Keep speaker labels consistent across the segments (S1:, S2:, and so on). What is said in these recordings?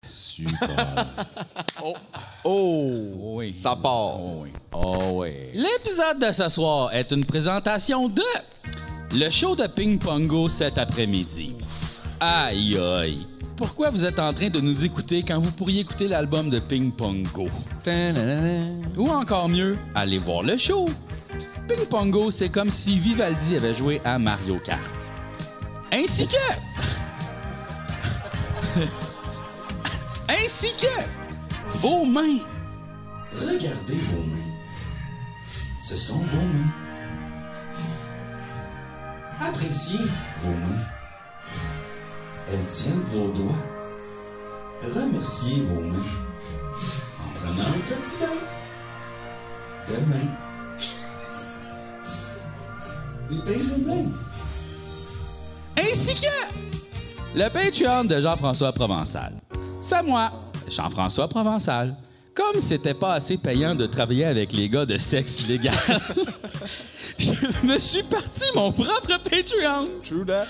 S1: Super.
S2: Oh!
S1: oui.
S2: Ça part.
S1: Oh oui. Oh oui.
S3: L'épisode de ce soir est une présentation de le show de Ping Pongo cet après-midi. Aïe aïe. Pourquoi vous êtes en train de nous écouter quand vous pourriez écouter l'album de Ping Pongo? Ou encore mieux, allez voir le show. Ping Pongo, c'est comme si Vivaldi avait joué à Mario Kart. Ainsi que... Ainsi que... Vos mains. Regardez vos mains. Ce sont vos mains. Appréciez vos mains. Elles tiennent vos doigts. Remerciez vos mains en prenant un petit bain de main. Des bains de main. Ainsi que le Patreon de Jean-François Provençal. C'est moi, Jean-François Provençal. Comme c'était pas assez payant de travailler avec les gars de sexe légal, je me suis parti mon propre Patreon.
S2: True that.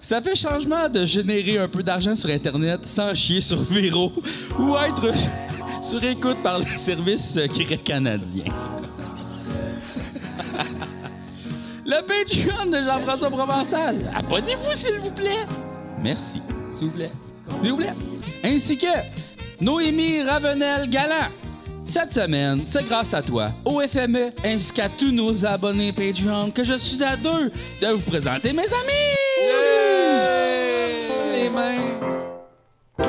S3: Ça fait changement de générer un peu d'argent sur Internet sans chier sur Véro ou être sur écoute par les services secrets canadiens. Le Patreon de Jean-François Provençal. Abonnez-vous, s'il vous plaît. Merci. S'il vous plaît. S'il vous plaît. Ainsi que Noémie Ravenel Galant. Cette semaine, c'est grâce à toi, au FME, ainsi qu'à tous nos abonnés Patreon, que je suis à deux de vous présenter mes amis. Les mains.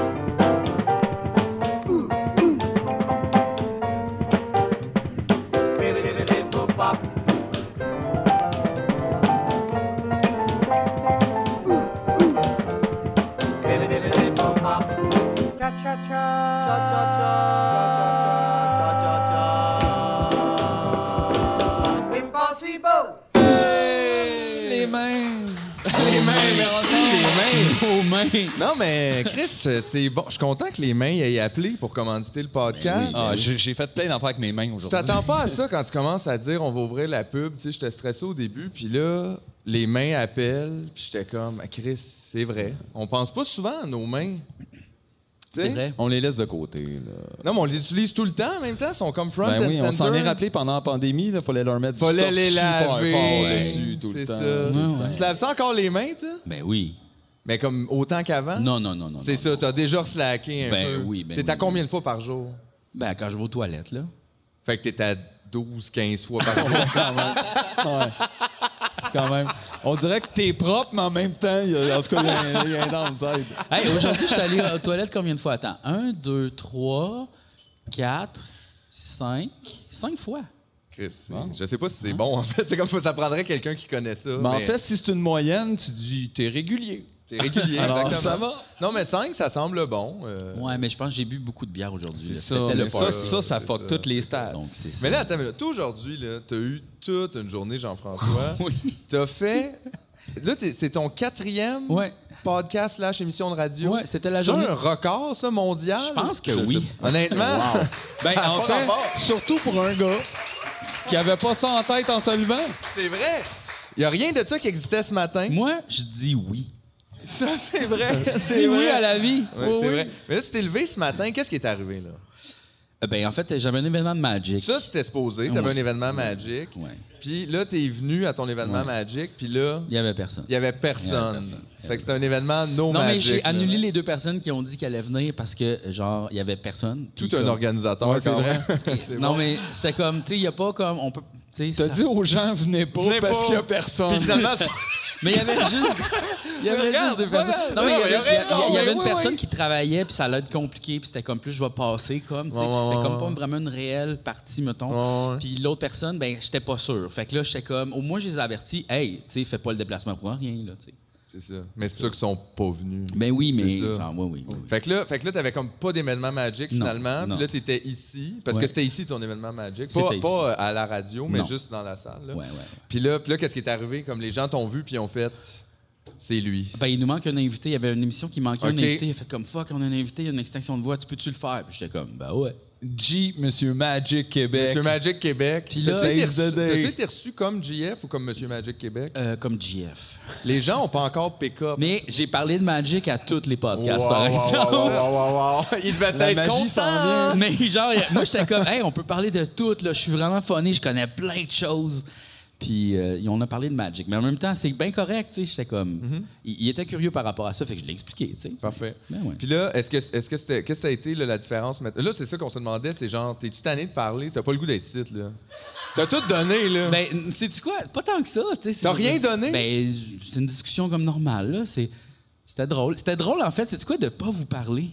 S4: Impossible!
S3: Les mains.
S2: Les mains, mais les mains.
S3: Aux mains.
S2: Non, mais Chris, euh, c'est bon. Je suis content que les mains aient appelé pour commanditer le podcast.
S1: Ah, j'ai j'ai fait plein d'affaires avec mes mains
S2: Tu
S1: aujourd'hui.
S2: t'attends pas à ça quand tu commences à dire on va ouvrir la pub. Tu sais, j'étais stressé au début, puis là, les mains appellent, puis j'étais comme, Ah, Chris, c'est vrai. On pense pas souvent à nos mains. Tu sais?
S3: C'est vrai.
S1: On les laisse de côté. Là.
S2: Non, mais on les utilise tout le temps en même temps, ils sont comme front
S1: Ben
S2: and
S1: oui, on s'en
S2: center.
S1: est rappelé pendant la pandémie. Il fallait leur mettre
S2: Fallait
S1: du
S2: les
S1: stuff super
S2: laver.
S1: fort dessus tout le
S2: C'est
S1: temps.
S2: ça.
S3: Ouais, ouais.
S2: Tu te laves ça encore les mains, tu
S3: Ben oui.
S2: Mais comme autant qu'avant?
S3: Non, non, non, non.
S2: C'est
S3: non,
S2: ça,
S3: non.
S2: t'as déjà slacké un
S3: Ben
S2: peu.
S3: oui, ben
S2: T'es à
S3: oui.
S2: combien de fois par jour?
S3: Ben quand je vais aux toilettes, là.
S2: Fait que t'es à 12, 15 fois par jour.
S1: Ouais. C'est quand même. On dirait que t'es propre, mais en même temps, il y a- en tout cas, il y a un- il y, a un downside.
S3: Hey, aujourd'hui, je suis allé aux toilettes combien de fois? Attends. Un, deux, trois, quatre, cinq. Cinq fois.
S2: Chris, c'est- je sais pas si c'est bon, en fait. C'est comme ça prendrait quelqu'un qui connaît ça.
S1: Hein? Mais en
S2: mais
S1: fait, si c'est une moyenne, tu dis t'es régulier.
S2: t'es régulier,
S1: Alors,
S2: exactement.
S1: ça va.
S2: Non, mais 5, ça semble bon. euh,
S3: Ouais, mais je pense que j'ai bu beaucoup de bière aujourd'hui. là.
S1: Ça,
S3: C'était le
S1: mais ça,
S3: fun.
S1: ça, ça
S2: C'est
S1: fuck
S2: ça.
S1: toutes les stats.
S3: Donc, c'est ça.
S2: Mais là, attends, mais là, toi aujourd'hui, là, t'as eu toute une journée, Jean-François.
S3: Oui.
S2: T'as fait. Là, t'es- c'est ton quatrième
S3: Ouais.
S2: podcast slash émission de radio.
S3: Ouais, c'était la
S2: C'est
S3: journée-
S2: un record, ça, mondial.
S3: Je pense que
S1: Je
S3: oui.
S1: sais
S2: Honnêtement.
S1: ben,
S2: ça a
S1: en
S2: pas
S1: fait,
S2: rapport.
S1: surtout pour un gars qui avait pas ça en tête en se levant.
S2: C'est vrai. Il n'y a rien de ça qui existait ce matin.
S3: Moi, je dis oui.
S1: Ça, c'est vrai.
S3: Dis oui à la vie.
S2: Ouais,
S3: Oui,
S2: c'est
S3: oui.
S2: vrai. Mais là, tu t'es levé ce matin. Qu'est-ce qui est arrivé, là?
S3: Euh, Ben en fait, j'avais un événement de Magic.
S2: Ça, c'était supposé. T'avais
S3: Ouais.
S2: un événement Magic.
S3: Ah, Ouais.
S2: Puis là, t'es venu à ton événement Magic. Puis là,
S3: Il y avait personne.
S2: il n'y avait
S3: Il y
S2: personne.
S3: avait personne.
S2: Ça fait que c'était un événement no
S3: Non, mais
S2: Magic.
S3: j'ai
S2: là.
S3: annulé les deux personnes qui ont dit qu'elles allaient venir parce que, genre, il y avait personne. Puis
S2: Tout un
S3: comme-
S2: organisateur,
S1: Ouais, c'est
S2: quand
S1: vrai.
S2: même. C'est
S3: Non,
S2: bon.
S3: mais c'est comme, tu sais, il n'y a pas comme. On peut. Tu sais,
S1: T'as
S3: ça-
S1: dit aux gens, venez pas
S2: Venez
S1: parce
S2: pas.
S1: qu'il y a personne.
S2: Puis finalement, ça-
S3: Mais il y avait juste. Il y avait
S2: regarde,
S3: juste deux
S2: c'est pas
S3: personnes.
S2: grave.
S3: Non, mais il y avait,
S2: Non, il a
S3: il y a-
S2: raison,
S3: il y avait
S2: oui,
S3: une
S2: oui,
S3: personne
S2: oui.
S3: qui travaillait, puis ça allait être compliqué, puis c'était comme plus je vais passer, comme. tu sais,
S2: Ouais,
S3: puis
S2: ouais,
S3: C'était
S2: ouais,
S3: comme
S2: ouais.
S3: pas vraiment une réelle partie,
S2: Ouais,
S3: mettons.
S2: ouais.
S3: Puis l'autre personne, ben, j'étais pas sûr. Fait que là, j'étais comme. Au moins, je les avertis, hey, tu sais, fais pas le déplacement pour rien, là, tu sais.
S2: C'est ça. Mais c'est pour ça qu'ils sont pas venus.
S3: Ben oui, mais.
S2: C'est ça.
S3: genre, ouais, oui, oui.
S2: Fait que là, fait que là t'avais comme pas d'événement Magic
S3: Non,
S2: finalement.
S3: non.
S2: Puis là, t'étais ici. Parce que
S3: Ouais.
S2: c'était ici ton événement Magic.
S3: C'était
S2: Pas,
S3: ici.
S2: pas, euh, à la radio, mais
S3: Non.
S2: juste dans la salle. là.
S3: Ouais, ouais, ouais.
S2: Puis là, puis là qu'est-ce qui est arrivé? Comme les gens t'ont vu, puis ils ont fait. C'est lui.
S3: Ben, il nous manque un invité. Il y avait une émission qui manquait
S2: OK.
S3: un invité. Il a fait comme fuck, on a un invité, il y a une extinction de voix, tu peux-tu le faire? Puis j'étais comme, ben ouais.
S1: G, Monsieur Magic Québec.
S2: Monsieur Magic Québec.
S1: Puis là,
S2: T'as-tu été
S1: Save the
S2: reçu-
S1: day.
S2: t'as-tu été reçu comme GF ou comme Monsieur Magic Québec?
S3: Euh, comme GF.
S2: Les gens n'ont pas encore pick-up.
S3: Mais j'ai parlé de Magic à tous les podcasts,
S2: Wow,
S3: par
S2: wow,
S3: exemple.
S2: wow, wow, wow, wow. Il devait
S1: La
S2: être
S1: magie s'en
S2: content.
S1: vient.
S3: Mais genre, y a- moi, j'étais comme, hey, on peut parler de tout, là. Je suis vraiment funny, je connais plein de choses. Puis, euh, on a parlé de Magic. Mais en même temps, c'est bien correct, tu sais. J'étais comme.
S2: Mhm.
S3: il, il était curieux par rapport à ça, fait que je l'ai expliqué, tu sais.
S2: Parfait.
S3: Ben ouais.
S2: Puis là, est-ce que est-ce que c'était qu'est-ce que ça a été là, la différence maintenant? Là, c'est ça qu'on se demandait, c'est genre t'es-tu tanné de parler, t'as pas le goût d'être ici là. T'as tout donné là.
S3: Ben, sais-tu quoi? Pas tant que ça, tu sais. c'est-
S2: T'as rien donné?
S3: Ben, c'est une discussion comme normale, là. C'est- C'était drôle. C'était drôle, en fait, sais-tu quoi, de pas vous parler?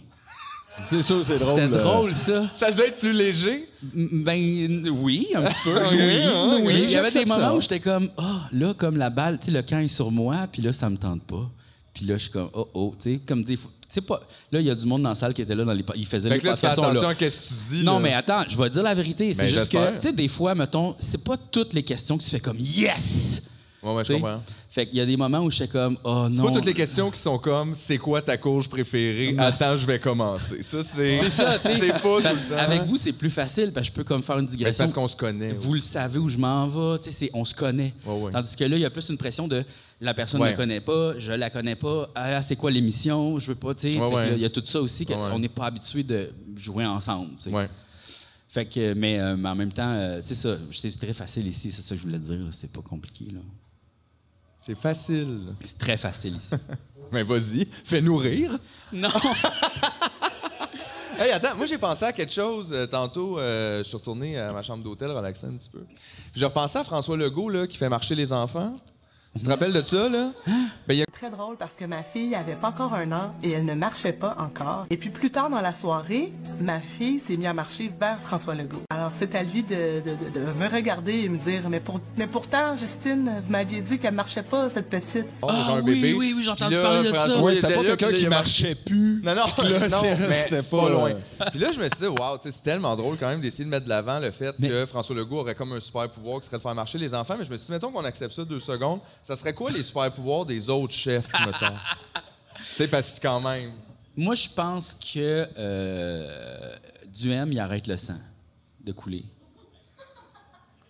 S1: C'est sûr, c'est drôle.
S3: C'était
S2: euh,
S1: là.
S3: drôle, ça.
S2: Ça devait être plus léger.
S3: M- Ben n- oui, un petit peu.
S2: Ok,
S3: oui,
S2: hein,
S3: oui.
S1: ok.
S3: Il y avait des
S1: J'accepte ça.
S3: moments où j'étais comme ah là comme la balle, tu sais le camp est sur moi, puis là ça me tente pas. Puis là je suis comme oh oh, tu sais comme des fois- tu sais pas là il y a du monde dans la salle qui était là dans les pa- ils faisaient
S2: Fait
S3: les
S2: que là, tu fais
S3: podcasts, sont là.
S2: attention à ce que tu dis.
S3: Non
S2: là.
S3: mais attends, je vais te dire la vérité, c'est
S2: Ben,
S3: juste que
S2: j'espère.
S3: tu sais des fois mettons, c'est pas toutes les questions que tu fais comme yes.
S2: Ouais, ouais, je
S3: Tu sais?
S2: comprends.
S3: Fait qu'il y a des moments où j'étais comme oh non.
S2: C'est pas toutes les questions qui sont comme c'est quoi ta courge préférée? Attends, je vais commencer. Ça, c'est.
S3: C'est ça, tu sais.
S2: C'est pas tout
S3: Parce-
S2: le temps.
S3: Avec vous, c'est plus facile parce que je peux comme faire une
S2: Mais c'est
S3: digression.
S2: parce qu'on se connaît.
S3: vous le savez où je m'en vais, tu sais, c'est- on se connaît.
S2: Ouais, ouais.
S3: Tandis que là, il y a plus une pression de la personne ne
S2: Ouais.
S3: me connaît pas, je la connais pas, ah, c'est quoi l'émission, je veux pas, tu sais.
S2: Ouais,
S3: Fait que
S2: ouais.
S3: là, Il y a tout ça aussi qu'on
S2: Ouais, ouais.
S3: n'est pas habitué de jouer ensemble, tu sais.
S2: Ouais.
S3: Fait que, mais, euh, mais en même temps, euh, c'est ça, c'est c'est très facile ici, c'est ça que je voulais dire, là, c'est pas compliqué, là.
S2: C'est facile.
S3: C'est très facile ici.
S2: Mais vas-y, fais-nous rire.
S3: non!
S2: Hey, attends, moi j'ai pensé à quelque chose euh, tantôt. euh, je suis retourné à ma chambre d'hôtel, relaxer un petit peu. Puis j'ai repensé à François Legault là, qui fait marcher les enfants. Tu te rappelles de ça, là? Ben, il y a-
S4: Très drôle parce que ma fille avait pas encore un an et elle ne marchait pas encore. Et puis plus tard dans la soirée, ma fille s'est mise à marcher vers François Legault. Alors c'est à lui de, de- de- de me regarder et me dire mais, pour- mais pourtant Justine, vous m'aviez dit qu'elle marchait pas cette petite.
S2: Oh,
S3: Ah,
S2: genre un
S3: oui,
S2: bébé.
S3: oui, oui, j'ai entendu
S2: Puis là,
S3: parler de ça.
S2: François,
S1: Ouais,
S2: il
S1: c'était
S2: était
S1: pas
S2: là,
S1: quelqu'un
S2: puis là, il
S1: qui
S2: a marché.
S1: marchait plus.
S2: Non, non,
S1: Là,
S2: non,
S1: c'est-
S2: mais
S1: c'était
S2: c'est pas,
S1: pas,
S2: loin.
S1: euh,
S2: Puis là, je me suis dit, wow, tu sais, c'est tellement drôle quand même d'essayer de mettre de l'avant le fait que François Legault aurait comme un super pouvoir qui serait de faire marcher les enfants. Mais je me suis dit, mettons qu'on accepte ça deux secondes, ça serait quoi les super pouvoirs des autres chefs, mettons? tu sais, parce que quand même.
S3: Moi, je pense que euh, Duhem, il arrête le sang de couler. Tu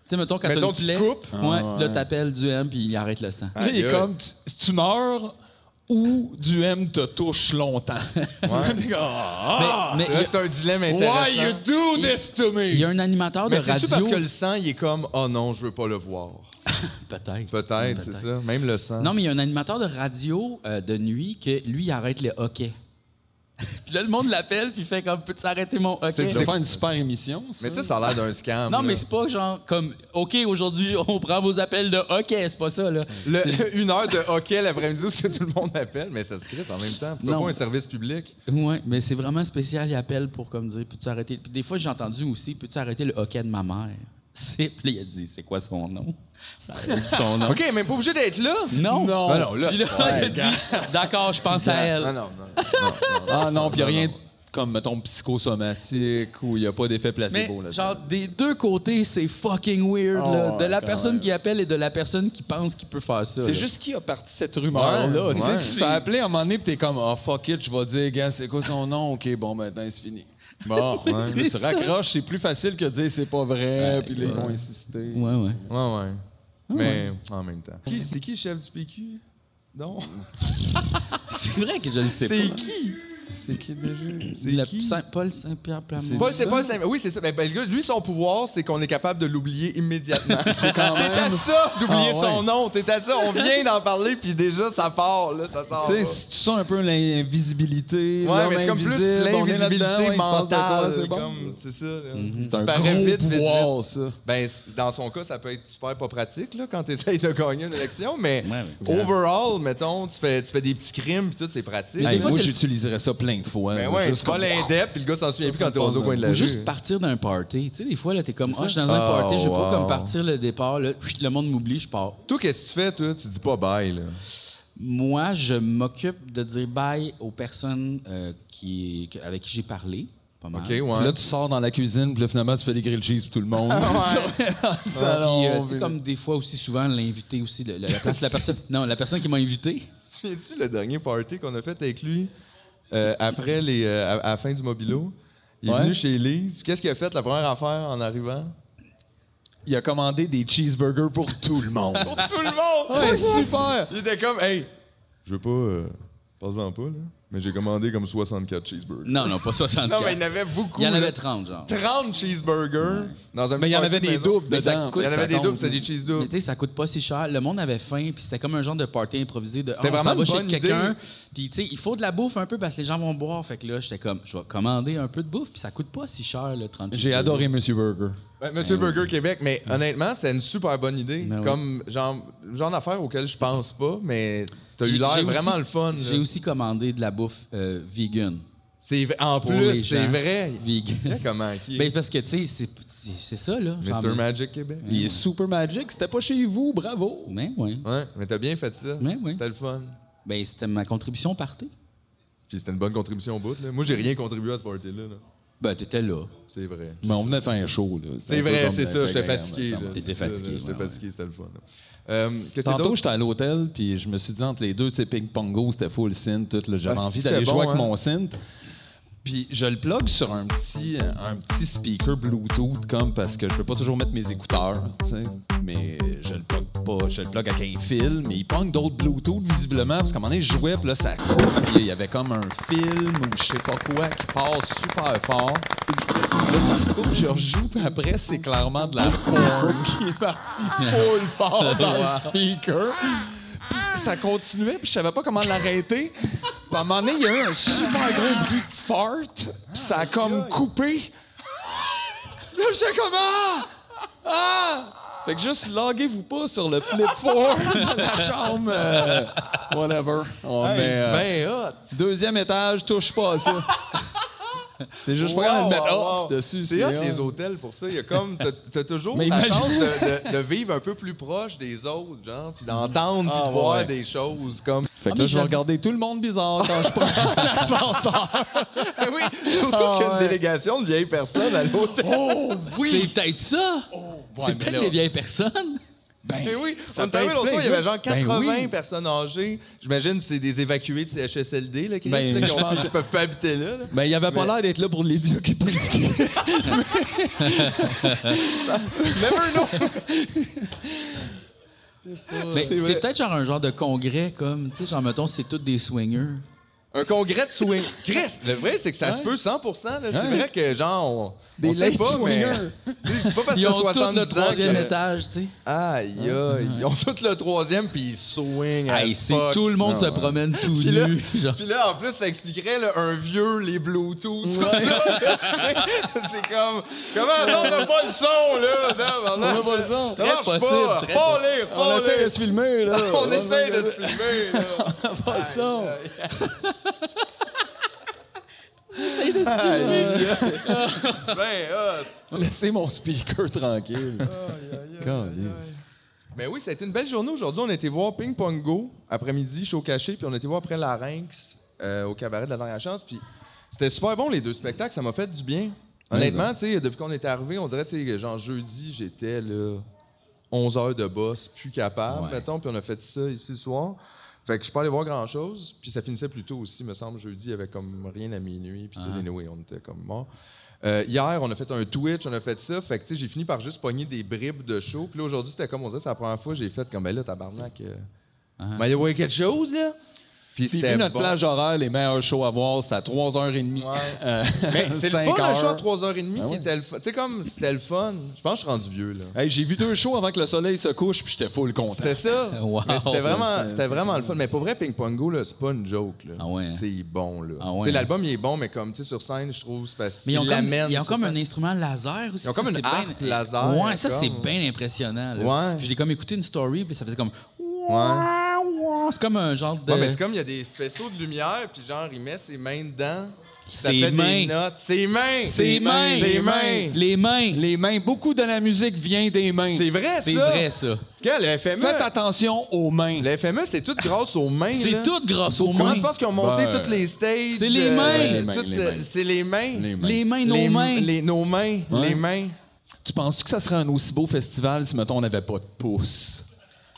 S3: sais, mettons, quand
S2: Mettons,
S3: t'as une
S2: tu te
S3: plaie,
S2: coupes.
S3: ouais, là, t'appelles Duhem, puis il arrête le sang.
S1: Là, il est
S2: Aïe.
S1: comme tu, tu meurs ou du M te touche longtemps. T'es comme, Ah!
S3: mais
S2: C'est vrai, c'est un dilemme intéressant.
S1: Why you do this to
S3: il y
S1: me?
S3: a un animateur de
S2: Mais
S3: radio...
S2: c'est-tu parce que le sang, il est comme « Oh non, je veux pas le voir.
S3: Peut-être. »
S2: Peut-être, c'est ça. Même le sang.
S3: Non, mais il y a un animateur de radio euh, de nuit que, lui, il arrête le hockey. puis là, le monde l'appelle, puis il fait comme « Peux-tu arrêter mon hockey?
S2: C'est- »
S1: C'est pas une super émission, ça.
S2: Mais ça, ça a l'air d'un scam.
S3: Non, mais
S2: là.
S3: c'est pas genre comme « OK, aujourd'hui, on prend vos appels de hockey. » C'est pas ça, là.
S2: Le- une heure de hockey l'après-midi, ce que tout le monde appelle, mais ça se crisse en même temps. Pourquoi
S3: Non.
S2: pas un service public?
S3: Oui, mais c'est vraiment spécial. Il appelle pour comme dire Peux-tu arrêter Puis des fois, j'ai entendu aussi Peux-tu arrêter le hockey de ma mère C'est. Puis là, il a dit C'est quoi son nom Il a dit son nom.
S2: OK, même pas obligé d'être là.
S3: Non
S1: Non.
S2: Ah non, là,
S3: Puis là,
S2: c'est-
S3: il a dit D'accord, je pense à
S2: Ah Non,
S3: elle.
S2: non, non. non, non.
S1: Ah non, puis y a
S2: Non,
S1: rien
S2: non.
S1: comme, mettons, psychosomatique où il n'y a pas d'effet
S3: Mais
S1: placebo. là
S3: genre, des deux côtés, c'est fucking weird.
S1: Ah
S3: là.
S2: Oh,
S1: ouais,
S3: de la
S1: quand
S3: personne
S1: même.
S3: qui appelle et de la personne qui pense qu'il peut faire ça.
S1: C'est
S3: là.
S1: juste qui a parti cette rumeur-là.
S2: Ouais,
S1: tu sais,
S2: ouais.
S1: tu te fais appeler à un moment donné, puis t'es comme, ah, fuck it, je vais dire, gars, c'est quoi son nom? OK, bon, maintenant, c'est fini. Bon,
S3: Oui,
S1: ouais.
S3: c'est
S1: Mais tu
S3: ça.
S1: raccroches, c'est plus facile que de dire c'est pas vrai, puis là, ils vont insister.
S3: Ouais, ouais.
S2: Ouais, ouais.
S1: Ah,
S2: Mais en même temps. Qui- C'est qui le chef du PQ? Non.
S3: C'est vrai que je le sais
S2: C'est
S3: pas.
S2: qui?
S1: C'est qui déjà?
S2: C'est
S3: Le
S2: qui?
S3: Saint- Paul Saint-Pierre Plamondon.
S2: Paul,
S1: C'est
S2: c'est
S1: ça?
S2: Paul Saint- Oui, c'est ça. Ben, ben, le gars, lui, son pouvoir, c'est qu'on est capable de l'oublier immédiatement.
S1: C'est quand
S2: T'es à
S1: même.
S2: ça d'oublier
S1: Ah ouais.
S2: son nom. T'es à ça. On vient d'en parler, puis déjà, ça part. Là, ça sort.
S1: Tu sais, si tu sens un peu l'invisibilité,
S2: Ouais,
S1: l'homme
S2: mais c'est comme plus
S1: invisible, on est là-dedans, ouais,
S2: l'invisibilité
S1: il se passe de quoi,
S2: mentale.
S1: c'est bon,
S2: comme-
S1: ça.
S2: Mhm. C'est ça. là.
S1: C'est
S2: Tu
S1: un
S2: parais
S1: gros
S2: vite, vite, vite.
S1: pouvoir, ça.
S2: Ben, c- dans son cas, ça peut être super pas pratique là, quand tu essayes de gagner une élection, mais
S3: Ouais,
S2: overall, mettons, tu fais, tu fais des petits crimes puis tout, c'est pratique.
S3: Mais des
S1: Hey,
S3: fois,
S1: moi,
S3: c'est le-
S1: j'utiliserais ça plein de fois.
S2: ben
S1: là,
S2: ouais,
S1: juste
S2: tu vas
S1: comme- oh,
S2: l'indep puis le gars s'en souvient plus quand t'es rendu au coin de la
S3: Ou
S2: rue.
S3: juste partir d'un party. Tu sais, des fois, là, t'es comme, ah, je suis dans un
S2: Ah,
S3: party, je veux pas
S2: wow.
S3: comme partir le départ. là. le monde m'oublie, je pars.
S2: Toi, qu'est-ce que tu fais, toi? Tu dis pas bye, là.
S3: Moi, je m'occupe de dire bye aux personnes euh, qui, que- avec qui j'ai parlé. Pas mal.
S2: OK, ouais.
S1: Puis Là, tu sors dans la cuisine, puis là, finalement, tu fais des grilled cheese pour tout le monde.
S2: Ah,
S3: Puis, euh, tu sais, comme des fois aussi souvent l'invité aussi, le- le- la place de la personne. Non, la personne qui m'a invité.
S2: souviens-tu le dernier party qu'on a fait avec lui euh, après les, euh, à, à la fin du Mobilo? Il est
S1: Ouais.
S2: venu chez Lise. Puis Qu'est-ce qu'il a fait la première affaire en arrivant?
S1: Il a commandé des cheeseburgers pour tout le monde.
S2: Pour tout le monde!
S1: ouais, super!
S2: Il était comme, hey, je veux pas. Euh, en pas, là. Mais j'ai commandé comme 64 cheeseburgers.
S3: Non, non, pas 64.
S2: Non, mais il y en avait beaucoup.
S3: Il y en
S2: là.
S3: avait 30, genre.
S2: 30 cheeseburgers dans un
S1: Mais il y en
S2: petit
S1: avait
S2: party
S1: des
S2: maison.
S1: doubles
S3: Mais ça
S1: dedans.
S3: coûte,
S2: Il y en avait
S3: ça
S2: des
S3: tombe.
S2: doubles, c'était des cheese
S3: Mais
S2: doubles.
S3: tu sais, ça coûte pas si cher. Le monde avait faim, puis c'était comme un genre de party improvisé de.
S2: C'était
S3: Ah, on
S2: vraiment
S3: s'en va
S2: une
S3: chez
S2: bonne
S3: quelqu'un.
S2: idée.
S3: Puis tu sais, il faut de la bouffe un peu parce que les gens vont boire. Fait que là, j'étais comme, je vais commander un peu de bouffe, puis ça coûte pas si cher, le 30
S1: J'ai adoré Monsieur Burger.
S2: Ben, Monsieur Burger Québec, mais honnêtement, c'était une super bonne idée.
S3: Ben oui.
S2: Comme genre, genre d'affaires auxquelles je pense pas, mais t'as eu
S3: J'ai-
S2: l'air
S3: j'ai
S2: vraiment
S3: aussi-
S2: le fun. là.
S3: J'ai aussi commandé de la bouffe euh, vegan.
S2: C'est v- en
S3: pour les
S2: plus, c'est
S3: gens.
S2: vrai.
S3: Vegan.
S2: Regarde Comment qui
S3: Ben, parce que, tu sais, c'est- c'est c'est ça, là. genre,
S2: Mr Magic Québec.
S1: Il est super magic. C'était pas chez vous, bravo!
S3: Mais ouais.
S2: Ouais, mais t'as bien fait ça.
S3: Ben oui.
S2: C'était le fun.
S3: Ben, c'était ma contribution partée.
S2: Puis c'était une bonne contribution au bout. Là. Moi, j'ai rien contribué à ce party-là. là.
S3: Ben, t'étais là.
S2: C'est vrai.
S1: Mais on venait faire un show. là. C'était
S2: C'est
S1: un peu
S2: vrai,
S1: comme
S2: c'est
S1: de-
S2: ça.
S1: fait
S2: J'étais
S1: que,
S2: fatigué.
S1: ça me
S2: là,
S1: tente.
S3: T'étais
S2: c'est ça,
S3: fatigué,
S2: là, J'étais
S3: ouais, ouais.
S2: fatigué, c'était le fun. là. Euh, Qu'est-ce que c'est
S1: Tantôt,
S2: d'autre?
S1: j'étais à l'hôtel, puis je me suis dit, entre les deux, tu sais, ping-pongo, c'était full synth, tout. là, J'avais
S2: Ah,
S1: envie
S2: c'est
S1: d'aller
S2: bon,
S1: jouer avec
S2: hein?
S1: mon synth. Puis je le plug sur un petit, euh, un petit speaker Bluetooth, comme, parce que je peux pas toujours mettre mes écouteurs, tu sais. Mais je le plug pas, je le plug avec un fil, mais il pogne d'autres Bluetooth, visiblement, parce qu'à un moment donné, je jouais, puis là, ça coupe, puis il y avait comme un film ou je sais pas quoi qui passe super fort. Là, ça me coupe, je rejoue, puis après, c'est clairement de la porn qui est partie full fort dans
S2: Ah.
S1: le speaker. Puis ça continuait, puis je savais pas comment l'arrêter. Puis à un moment donné, il y a eu un super gros bruit de fart, puis ça a comme coupé. Là, j'étais comme ah! Ah! Fait que juste loguez-vous pas sur le flip 4 de la chambre. euh, whatever. On
S2: Hey,
S1: met,
S2: c'est
S1: euh,
S2: bien hot.
S1: Deuxième étage, touche pas à ça. C'est juste pas grave de mettre
S2: Wow, wow,
S1: off
S2: wow.
S1: dessus.
S2: C'est hot
S1: hot.
S2: les hôtels pour ça. Il y a comme t'as- t'as toujours
S1: Mais
S2: la
S1: imagine-
S2: chance de, de- de vivre un peu plus proche des autres, genre, puis d'entendre, puis
S1: Ah,
S2: de voir
S1: ouais.
S2: des choses comme.
S3: Ah, mais
S1: Fait que là, je vais
S3: j'avoue-
S1: regarder tout le monde bizarre quand je prends l'ascenseur.
S2: oui, surtout
S1: Ah,
S2: qu'il y a une
S1: ouais.
S2: délégation de vieilles personnes à l'hôtel.
S3: C'est peut-être ça.
S1: ouais, mais
S3: c'est peut-être
S1: là-
S3: les vieilles personnes.
S1: Ben,
S2: Mais Eh oui,
S1: ça
S2: on
S1: peut
S2: t'avait
S1: être
S2: l'autre
S1: plein,
S2: soir, il y
S1: là.
S2: avait genre 80
S1: Ben oui.
S2: personnes âgées. J'imagine que c'est des évacués de CHSLD là, qui
S1: Ben,
S2: restent, là, qui
S1: je
S2: ont-
S1: pense-
S2: qui peuvent pas habiter là. là.
S1: Ben, il avait pas
S2: Mais-
S1: l'air d'être là pour les dieux qui prescrivent.
S2: Never know.
S3: Mais
S2: C'est vrai.
S3: Ben, c'est peut-être genre un genre de congrès, comme, tu sais, genre, mettons, c'est tous des swingers.
S2: Un congrès de swing. Chris, le vrai, c'est que ça se peut 100 là. C'est
S1: Ouais.
S2: vrai que, genre, on,
S1: Des
S2: on sait
S1: late
S2: pas, mais.
S1: swingers.
S2: Tu sais, C'est pas parce que
S3: Ils
S2: t'as
S3: ont tout
S2: 70
S3: le
S2: ans
S3: troisième
S2: que-
S3: étage, tu sais.
S2: Aïe, aïe. Ils ont tout le troisième, puis ils swingent.
S3: Hey,
S2: as
S3: c'est
S2: fuck.
S3: tout le monde
S2: Non,
S3: se
S2: ouais.
S3: promène tout
S2: Puis là,
S3: nu. genre.
S2: puis là, en plus, ça expliquerait là, un vieux, les Bluetooth, tout ça. c'est comme. Comment ça, on n'a pas le son, là? Non,
S1: On a pas le son.
S2: Ça
S3: Très
S2: marche
S3: possible,
S2: pas.
S3: très
S2: Pas lire,
S1: On
S2: pas
S1: essaie de
S2: lire.
S1: se filmer, là.
S2: Oh, On essaie de se filmer, là.
S1: pas le son.
S2: C'est bien hot.
S1: Laissez mon speaker tranquille. Calisse.
S2: Mais oui, ça a été une belle journée aujourd'hui. On a été voir Ping Pong Go après-midi, show caché, puis on a été voir après Larynx euh, au cabaret de la dernière chance. Puis c'était super bon les deux spectacles, ça m'a fait du bien. Honnêtement, tu sais, depuis qu'on était arrivé, on dirait, tu sais, genre jeudi, j'étais là 11 heures de boss, plus capable,
S3: Ouais.
S2: mettons, puis on a fait ça ici le soir. Fait que je suis pas allé voir grand-chose, puis ça finissait plus tôt aussi, me semble, jeudi, il y avait comme rien à minuit, puis tout, anyway, on était comme mort. Euh, hier, on a fait un Twitch, on a fait ça. Fait que, tu sais, j'ai fini par juste pogner des bribes de show. Puis là, aujourd'hui, c'était comme on disait, c'est la première fois que j'ai fait comme, ben là, tabarnak. euh, ben, il y avait quelque chose, là. Puis
S1: Puis vu
S2: c'était.
S1: notre
S2: bon.
S1: plage horaire, les meilleurs shows à voir, c'est à 3h30. Euh,
S2: Mais c'est le fun,
S1: cinq
S2: un show à
S1: heures.
S2: 3h30
S1: Ah
S2: qui
S1: ouais.
S2: était le fun. Tu sais, comme, c'était le fun. Je pense que je suis rendu vieux, là.
S1: Hey, j'ai vu deux shows avant que le soleil se couche, puis j'étais full content.
S2: C'était ça.
S3: Wow.
S2: Mais c'était vraiment,
S1: C'était-
S2: c'était vraiment le fun. Mais pour vrai, Ping Pong Go, là, c'est pas une joke. là.
S3: Ah ouais, hein?
S2: C'est bon. là.
S3: Ah ouais,
S2: Tu sais,
S3: hein?
S2: L'album, il est bon, mais comme tu sais, sur scène, je trouve, c'est parce
S3: Mais ils ont
S2: qu'il
S3: comme,
S2: l'amène.
S3: ils ont
S2: sur
S3: comme un
S2: scène.
S3: instrument laser aussi.
S2: Ils ont comme
S3: ça,
S2: une
S3: c'est
S2: harpe
S3: bien-
S2: laser,
S3: Ouais, ça,
S2: comme.
S3: c'est bien impressionnant. Là.
S2: Ouais.
S3: Je l'ai comme écouté une story, puis ça faisait comme.
S2: Ouais.
S3: C'est comme un genre de.
S2: Ouais, mais c'est comme il y a des faisceaux de lumière, puis genre, il met ses mains dedans. puis Ça
S3: Ses
S2: fait
S3: mains.
S2: des notes. Ses mains!
S3: Ses mains!
S2: Ses mains!
S3: Les mains!
S1: Les mains, beaucoup de la musique vient des mains.
S2: C'est vrai, ça!
S3: C'est vrai, ça.
S2: Quand le FME,
S1: Faites attention aux mains.
S2: E? le FME, c'est tout grâce aux mains. là.
S3: C'est tout grâce aux
S2: Comment
S3: mains.
S2: tu penses qu'ils ont monté
S1: Ben,
S2: toutes les stages?
S3: c'est les
S2: euh,
S3: mains.
S1: Les mains,
S2: toutes,
S1: les
S2: euh,
S1: mains.
S2: C'est les mains.
S1: Les mains.
S3: Les mains, nos mains.
S2: les- nos mains.
S1: Ouais.
S2: Les mains.
S1: Tu penses que ça serait un aussi beau festival si, mettons, on n'avait pas de pouce?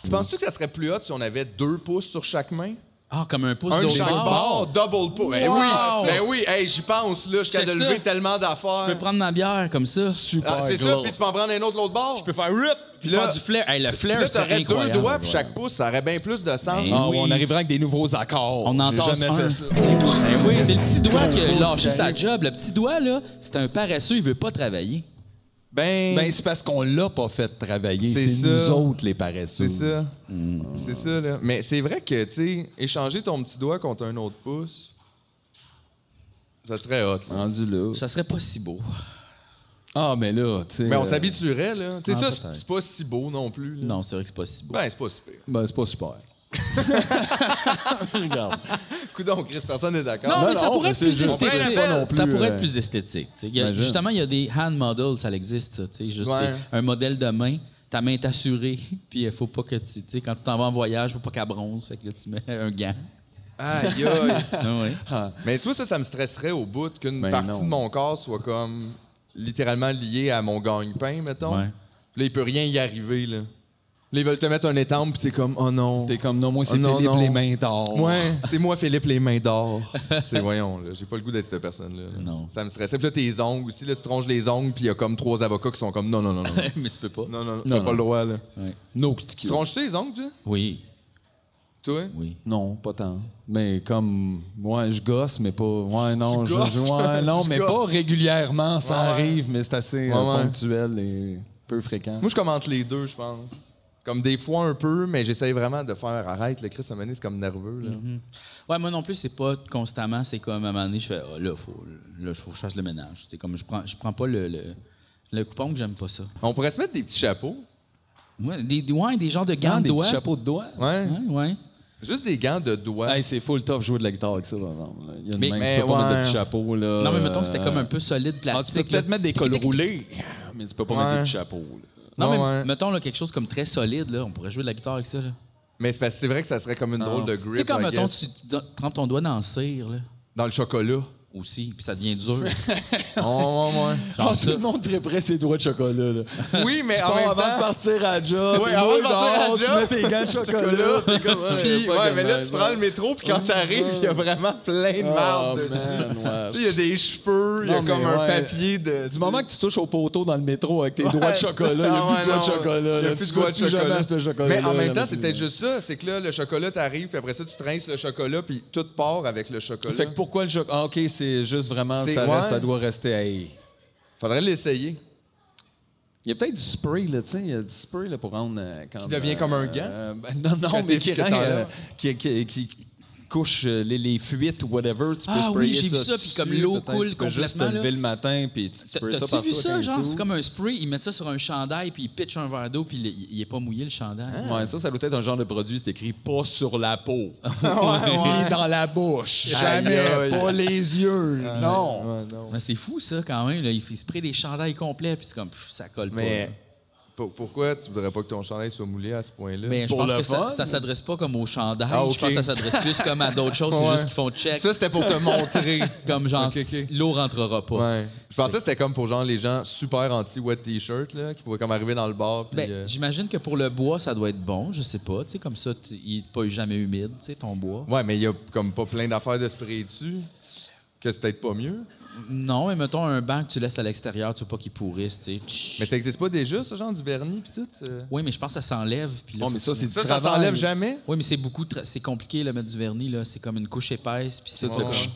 S2: Tu penses-tu que ça serait plus hot si on avait deux pouces sur chaque main?
S3: Ah, comme un pouce
S2: Un de
S3: l'autre
S2: chaque
S3: bord.
S2: bord, double pouce. Ben
S3: Wow.
S2: oui, ben oui, hey, j'y pense, là, jusqu'à
S3: Check
S2: de
S3: ça.
S2: lever tellement d'affaires.
S3: Je peux prendre ma bière comme ça. Je
S1: Super
S2: Ah, c'est ça,
S1: glow.
S2: puis tu peux en prendre un autre de l'autre bord.
S3: peux faire rip, puis
S2: Là,
S3: faire du flair. Hey, le flair,
S2: Là,
S3: c'est
S2: t'aurais
S3: incroyable.
S2: deux doigts, puis chaque pouce, ça aurait bien plus de sens.
S3: Ben
S1: Ah,
S3: oui.
S1: On arrivera avec des nouveaux accords.
S3: On en
S1: J'ai
S3: tasse
S1: jamais
S3: un.
S1: fait ça.
S2: Ben
S3: C'est le petit doigt qui a
S1: Gros
S3: lâché sa
S1: cigarette.
S3: job. Le petit doigt, là, c'est un paresseux, il veut pas travailler.
S2: Ben,
S1: Ben, c'est parce qu'on l'a pas fait travailler.
S2: C'est
S1: C'est
S2: ça.
S1: nous autres, les paresseux.
S2: c'est ça.
S3: Mm.
S2: C'est ça, là. Mais c'est vrai que, tu sais, échanger ton petit doigt contre un autre pouce, ça serait hot. là.
S1: Rendu là.
S3: Ça serait pas si beau.
S1: Ah, mais là, tu sais.
S2: Mais Ben, on
S1: euh,
S2: s'habituerait, là. Tu sais,
S1: ah,
S2: ça, c'est-
S1: peut-être.
S2: c'est pas si beau non plus. là.
S3: Non, c'est vrai que c'est pas si beau.
S2: Ben, c'est pas si pire.
S1: Ben, c'est pas super. Regarde.
S2: Coudon, Chris, personne n'est d'accord.
S3: Non,
S1: Non,
S3: mais ça
S1: non,
S3: pourrait
S1: mais
S3: être
S1: c'est
S3: plus
S1: juste-
S2: on
S3: esthétique.
S2: prend la peine non
S3: ça
S1: plus,
S3: pourrait
S1: euh,
S3: être plus esthétique. tu sais. Il y a-
S1: imagine.
S3: justement, il y a des hand models, ça existe, ça. tu sais, Juste
S2: Ouais.
S3: t'es- un modèle de main, ta main est assurée, puis il faut pas que tu. tu sais, Quand tu t'en vas en voyage, faut pas qu'elle bronze. Fait que là, tu mets un gant.
S2: Aïe, aïe.
S3: Ah ouais.
S2: Mais tu vois, ça, ça me stresserait au bout qu'une
S1: Ben
S2: partie
S1: non.
S2: de mon corps soit comme littéralement liée à mon gagne-pain, mettons.
S3: Ouais.
S2: Là, il peut rien y arriver, là. Là, ils veulent te mettre un étampe, puis t'es comme, oh non.
S1: T'es comme, non, moi, c'est
S2: Oh, non,
S1: Philippe
S2: non.
S1: les mains d'or.
S2: Ouais, c'est moi, Philippe, les mains d'or. c'est voyons, là, j'ai pas le goût d'être cette personne-là. là.
S3: Non.
S2: Ça me stressait. Puis là, tes ongles aussi, là, tu tronches les ongles, puis il y a comme trois avocats qui sont comme, non, non, non, non.
S3: mais tu peux pas.
S2: non, non, non, t'as
S1: non.
S2: pas le droit, là.
S3: Ouais.
S1: No
S2: Tu tronches tes ongles, toi?
S3: Oui,
S2: Toi?
S3: oui.
S1: Non, pas tant. Mais comme, ouais, je gosse, mais pas. Ouais, non,
S2: Tu
S1: je,
S2: gosses?
S1: je- ouais, non,
S2: Je
S1: mais
S2: gosse.
S1: pas régulièrement. Ça
S2: Ouais, ouais.
S1: arrive, mais c'est assez euh,
S2: Ouais, ouais.
S1: ponctuel et peu fréquent.
S2: Moi, je commente les deux, je pense. Comme des fois un peu, mais j'essaye vraiment de faire arrête. Le Chris à un moment donné, c'est comme nerveux. Là.
S1: Mm-hmm.
S3: Ouais, moi non plus, c'est pas constamment. C'est comme à un moment donné, je fais Ah, là, faut, là, faut que je fasse le ménage. C'est comme je prends, je prends pas le, le, le coupon que j'aime pas ça.
S2: On pourrait se mettre des petits chapeaux.
S3: Ouais, des, des- ouais, des genres de
S1: Hein,
S3: gants de
S1: des
S3: doigts.
S1: petits chapeaux de doigts.
S2: Ouais.
S3: Ouais, ouais.
S2: Juste des gants de doigts.
S1: Mm-hmm. Hey, c'est full tough jouer de la guitare avec ça, par exemple. là. Il y a une
S3: Mais-
S1: main,
S2: mais
S1: tu peux pas
S2: ouais.
S1: mettre de petit chapeau, là.
S3: Non, mais mettons que c'était comme un
S1: euh,
S3: peu solide
S1: Ah,
S3: plastique.
S1: tu peux peut-être
S3: là.
S1: mettre des cols roulés, mais tu peux pas
S2: Ouais.
S1: mettre des petits chapeaux, là.
S3: Non, mais
S2: Ouais, ouais.
S3: mettons là, quelque chose comme très solide, là. On pourrait jouer de la guitare avec ça, là.
S2: Mais c'est parce que c'est vrai que ça serait comme
S1: Ah.
S2: une drôle de
S3: Tu sais,
S2: grip.
S3: comme
S2: I
S3: mettons,
S2: guess.
S3: tu do- trempes ton doigt dans le cire, là.
S2: Dans le chocolat.
S3: Aussi, puis ça devient dur.
S2: Oh, ouais, ouais.
S1: Ah,
S3: ça.
S1: tout le monde triperait ses doigts de chocolat, là.
S2: Oui, mais
S1: tu
S2: en
S1: pars
S2: même
S1: avant de
S2: temps.
S1: partir à job.
S2: Oui,
S1: et
S2: avant de
S1: là,
S2: partir à
S1: dehors,
S2: job,
S1: Tu mets tes gants de chocolat.
S2: chocolat, t'es comme, ouais,
S1: Puis,
S2: ouais,
S1: pas
S2: mais
S1: comme
S2: là,
S1: nice,
S2: tu prends
S1: ouais.
S2: le métro, puis quand t'arrives, il y a vraiment plein de marde
S1: Oh,
S2: dessus.
S1: man, ouais.
S2: Tu sais, il y a des cheveux, il y a
S1: Non, mais
S2: comme un
S1: ouais.
S2: papier de.
S1: Du moment que tu touches au poteau dans le métro avec tes doigts de chocolat, il n'y a
S2: Ah ouais,
S1: plus de doigts de
S2: non,
S1: chocolat.
S2: il y a
S1: là.
S2: plus
S1: Tu
S2: de doigts
S1: goûtes
S2: de
S1: plus
S2: chocolat.
S1: jamais ce chocolat-là,
S2: Mais en même
S1: là,
S2: temps,
S1: non
S2: c'est
S1: plus.
S2: peut-être juste ça. C'est que là, le chocolat, t'arrives, puis après ça, tu trinces le chocolat, puis tout part avec le chocolat.
S1: Fait que pourquoi le chocolat? OK, c'est juste vraiment,
S2: C'est-
S1: ça, reste-
S2: ouais.
S1: ça doit rester à hey.
S2: Faudrait l'essayer.
S1: Il y a peut-être du spray, là, tu sais, il y a du spray là, pour rendre... euh, comme,
S2: Qui devient comme un gant?
S1: euh, ben, non, non,
S2: Quand t'es-
S1: mais qui,
S2: que
S1: rend,
S2: t'en as.
S1: euh, qui, qui- qui couche euh, les, les fuites ou whatever, tu peux
S3: Ah oui,
S1: sprayer
S3: j'ai vu ça, puis
S1: dessus,
S3: comme l'eau
S1: peut-être.
S3: coule
S1: Tu peux juste te
S3: complètement, là.
S1: lever le matin, puis tu
S3: T'as-
S1: sprays ça
S3: T'as-tu
S1: partout.
S3: vu ça,
S1: avec un
S3: genre? C'est
S1: sou.
S3: comme un spray, ils mettent ça sur un chandail, puis ils pitchent un verre d'eau, puis il- il il est pas mouillé, le chandail.
S1: Ouais, ça, ça doit être un genre de produit, c'est écrit pas sur la
S2: ouais.
S1: peau. Ni dans la bouche. Jamais.
S2: Aïe, aïe.
S1: Pas les yeux. non.
S2: Ouais, non.
S3: Mais c'est fou, ça, quand même. Là. Il, il se prend des chandails complets, puis c'est comme, pff, ça colle
S2: Mais
S3: pas.
S2: pour- pourquoi tu voudrais pas que ton chandail soit moulé à ce point-là?
S3: Mais je
S1: pour
S3: pense
S1: le
S3: que ça,
S1: fun.
S3: ça s'adresse pas comme aux chandails.
S2: Ah,
S3: Je
S2: ok.
S3: pense que ça s'adresse plus comme à d'autres choses. C'est
S2: Ouais.
S3: juste qu'ils font check.
S2: Ça, c'était pour te montrer.
S3: comme genre,
S2: Ok, ok.
S3: l'eau rentrera pas.
S2: Ouais. Je pensais que c'était comme pour genre les gens super anti-wet t-shirt là, qui pouvaient comme arriver dans le bar. Puis,
S3: Ben,
S2: euh,
S3: J'imagine que pour le bois, ça doit être bon. Je sais pas. Tu sais, comme ça, tu- il n'est pas jamais humide, tu sais, ton bois.
S2: Ouais, mais il y a comme pas plein d'affaires de spray dessus. Que c'est peut-être pas mieux.
S3: Non, mais mettons un banc que tu laisses à l'extérieur, tu veux pas qu'il pourrisse, tu sais.
S2: Mais ça existe pas déjà, ce genre du vernis puis tout? euh?
S3: Oui, mais je pense que ça s'enlève. puis là,
S1: Non, mais
S3: faut
S1: ça,
S3: que tu-
S1: c'est du
S2: Ça, ça
S1: travail.
S2: s'enlève jamais?
S3: Oui, mais c'est beaucoup, tra- c'est compliqué, le mettre du vernis, là. C'est comme une couche épaisse, puis c'est.
S1: Ça, tu fais
S3: Ouais.
S1: pfff.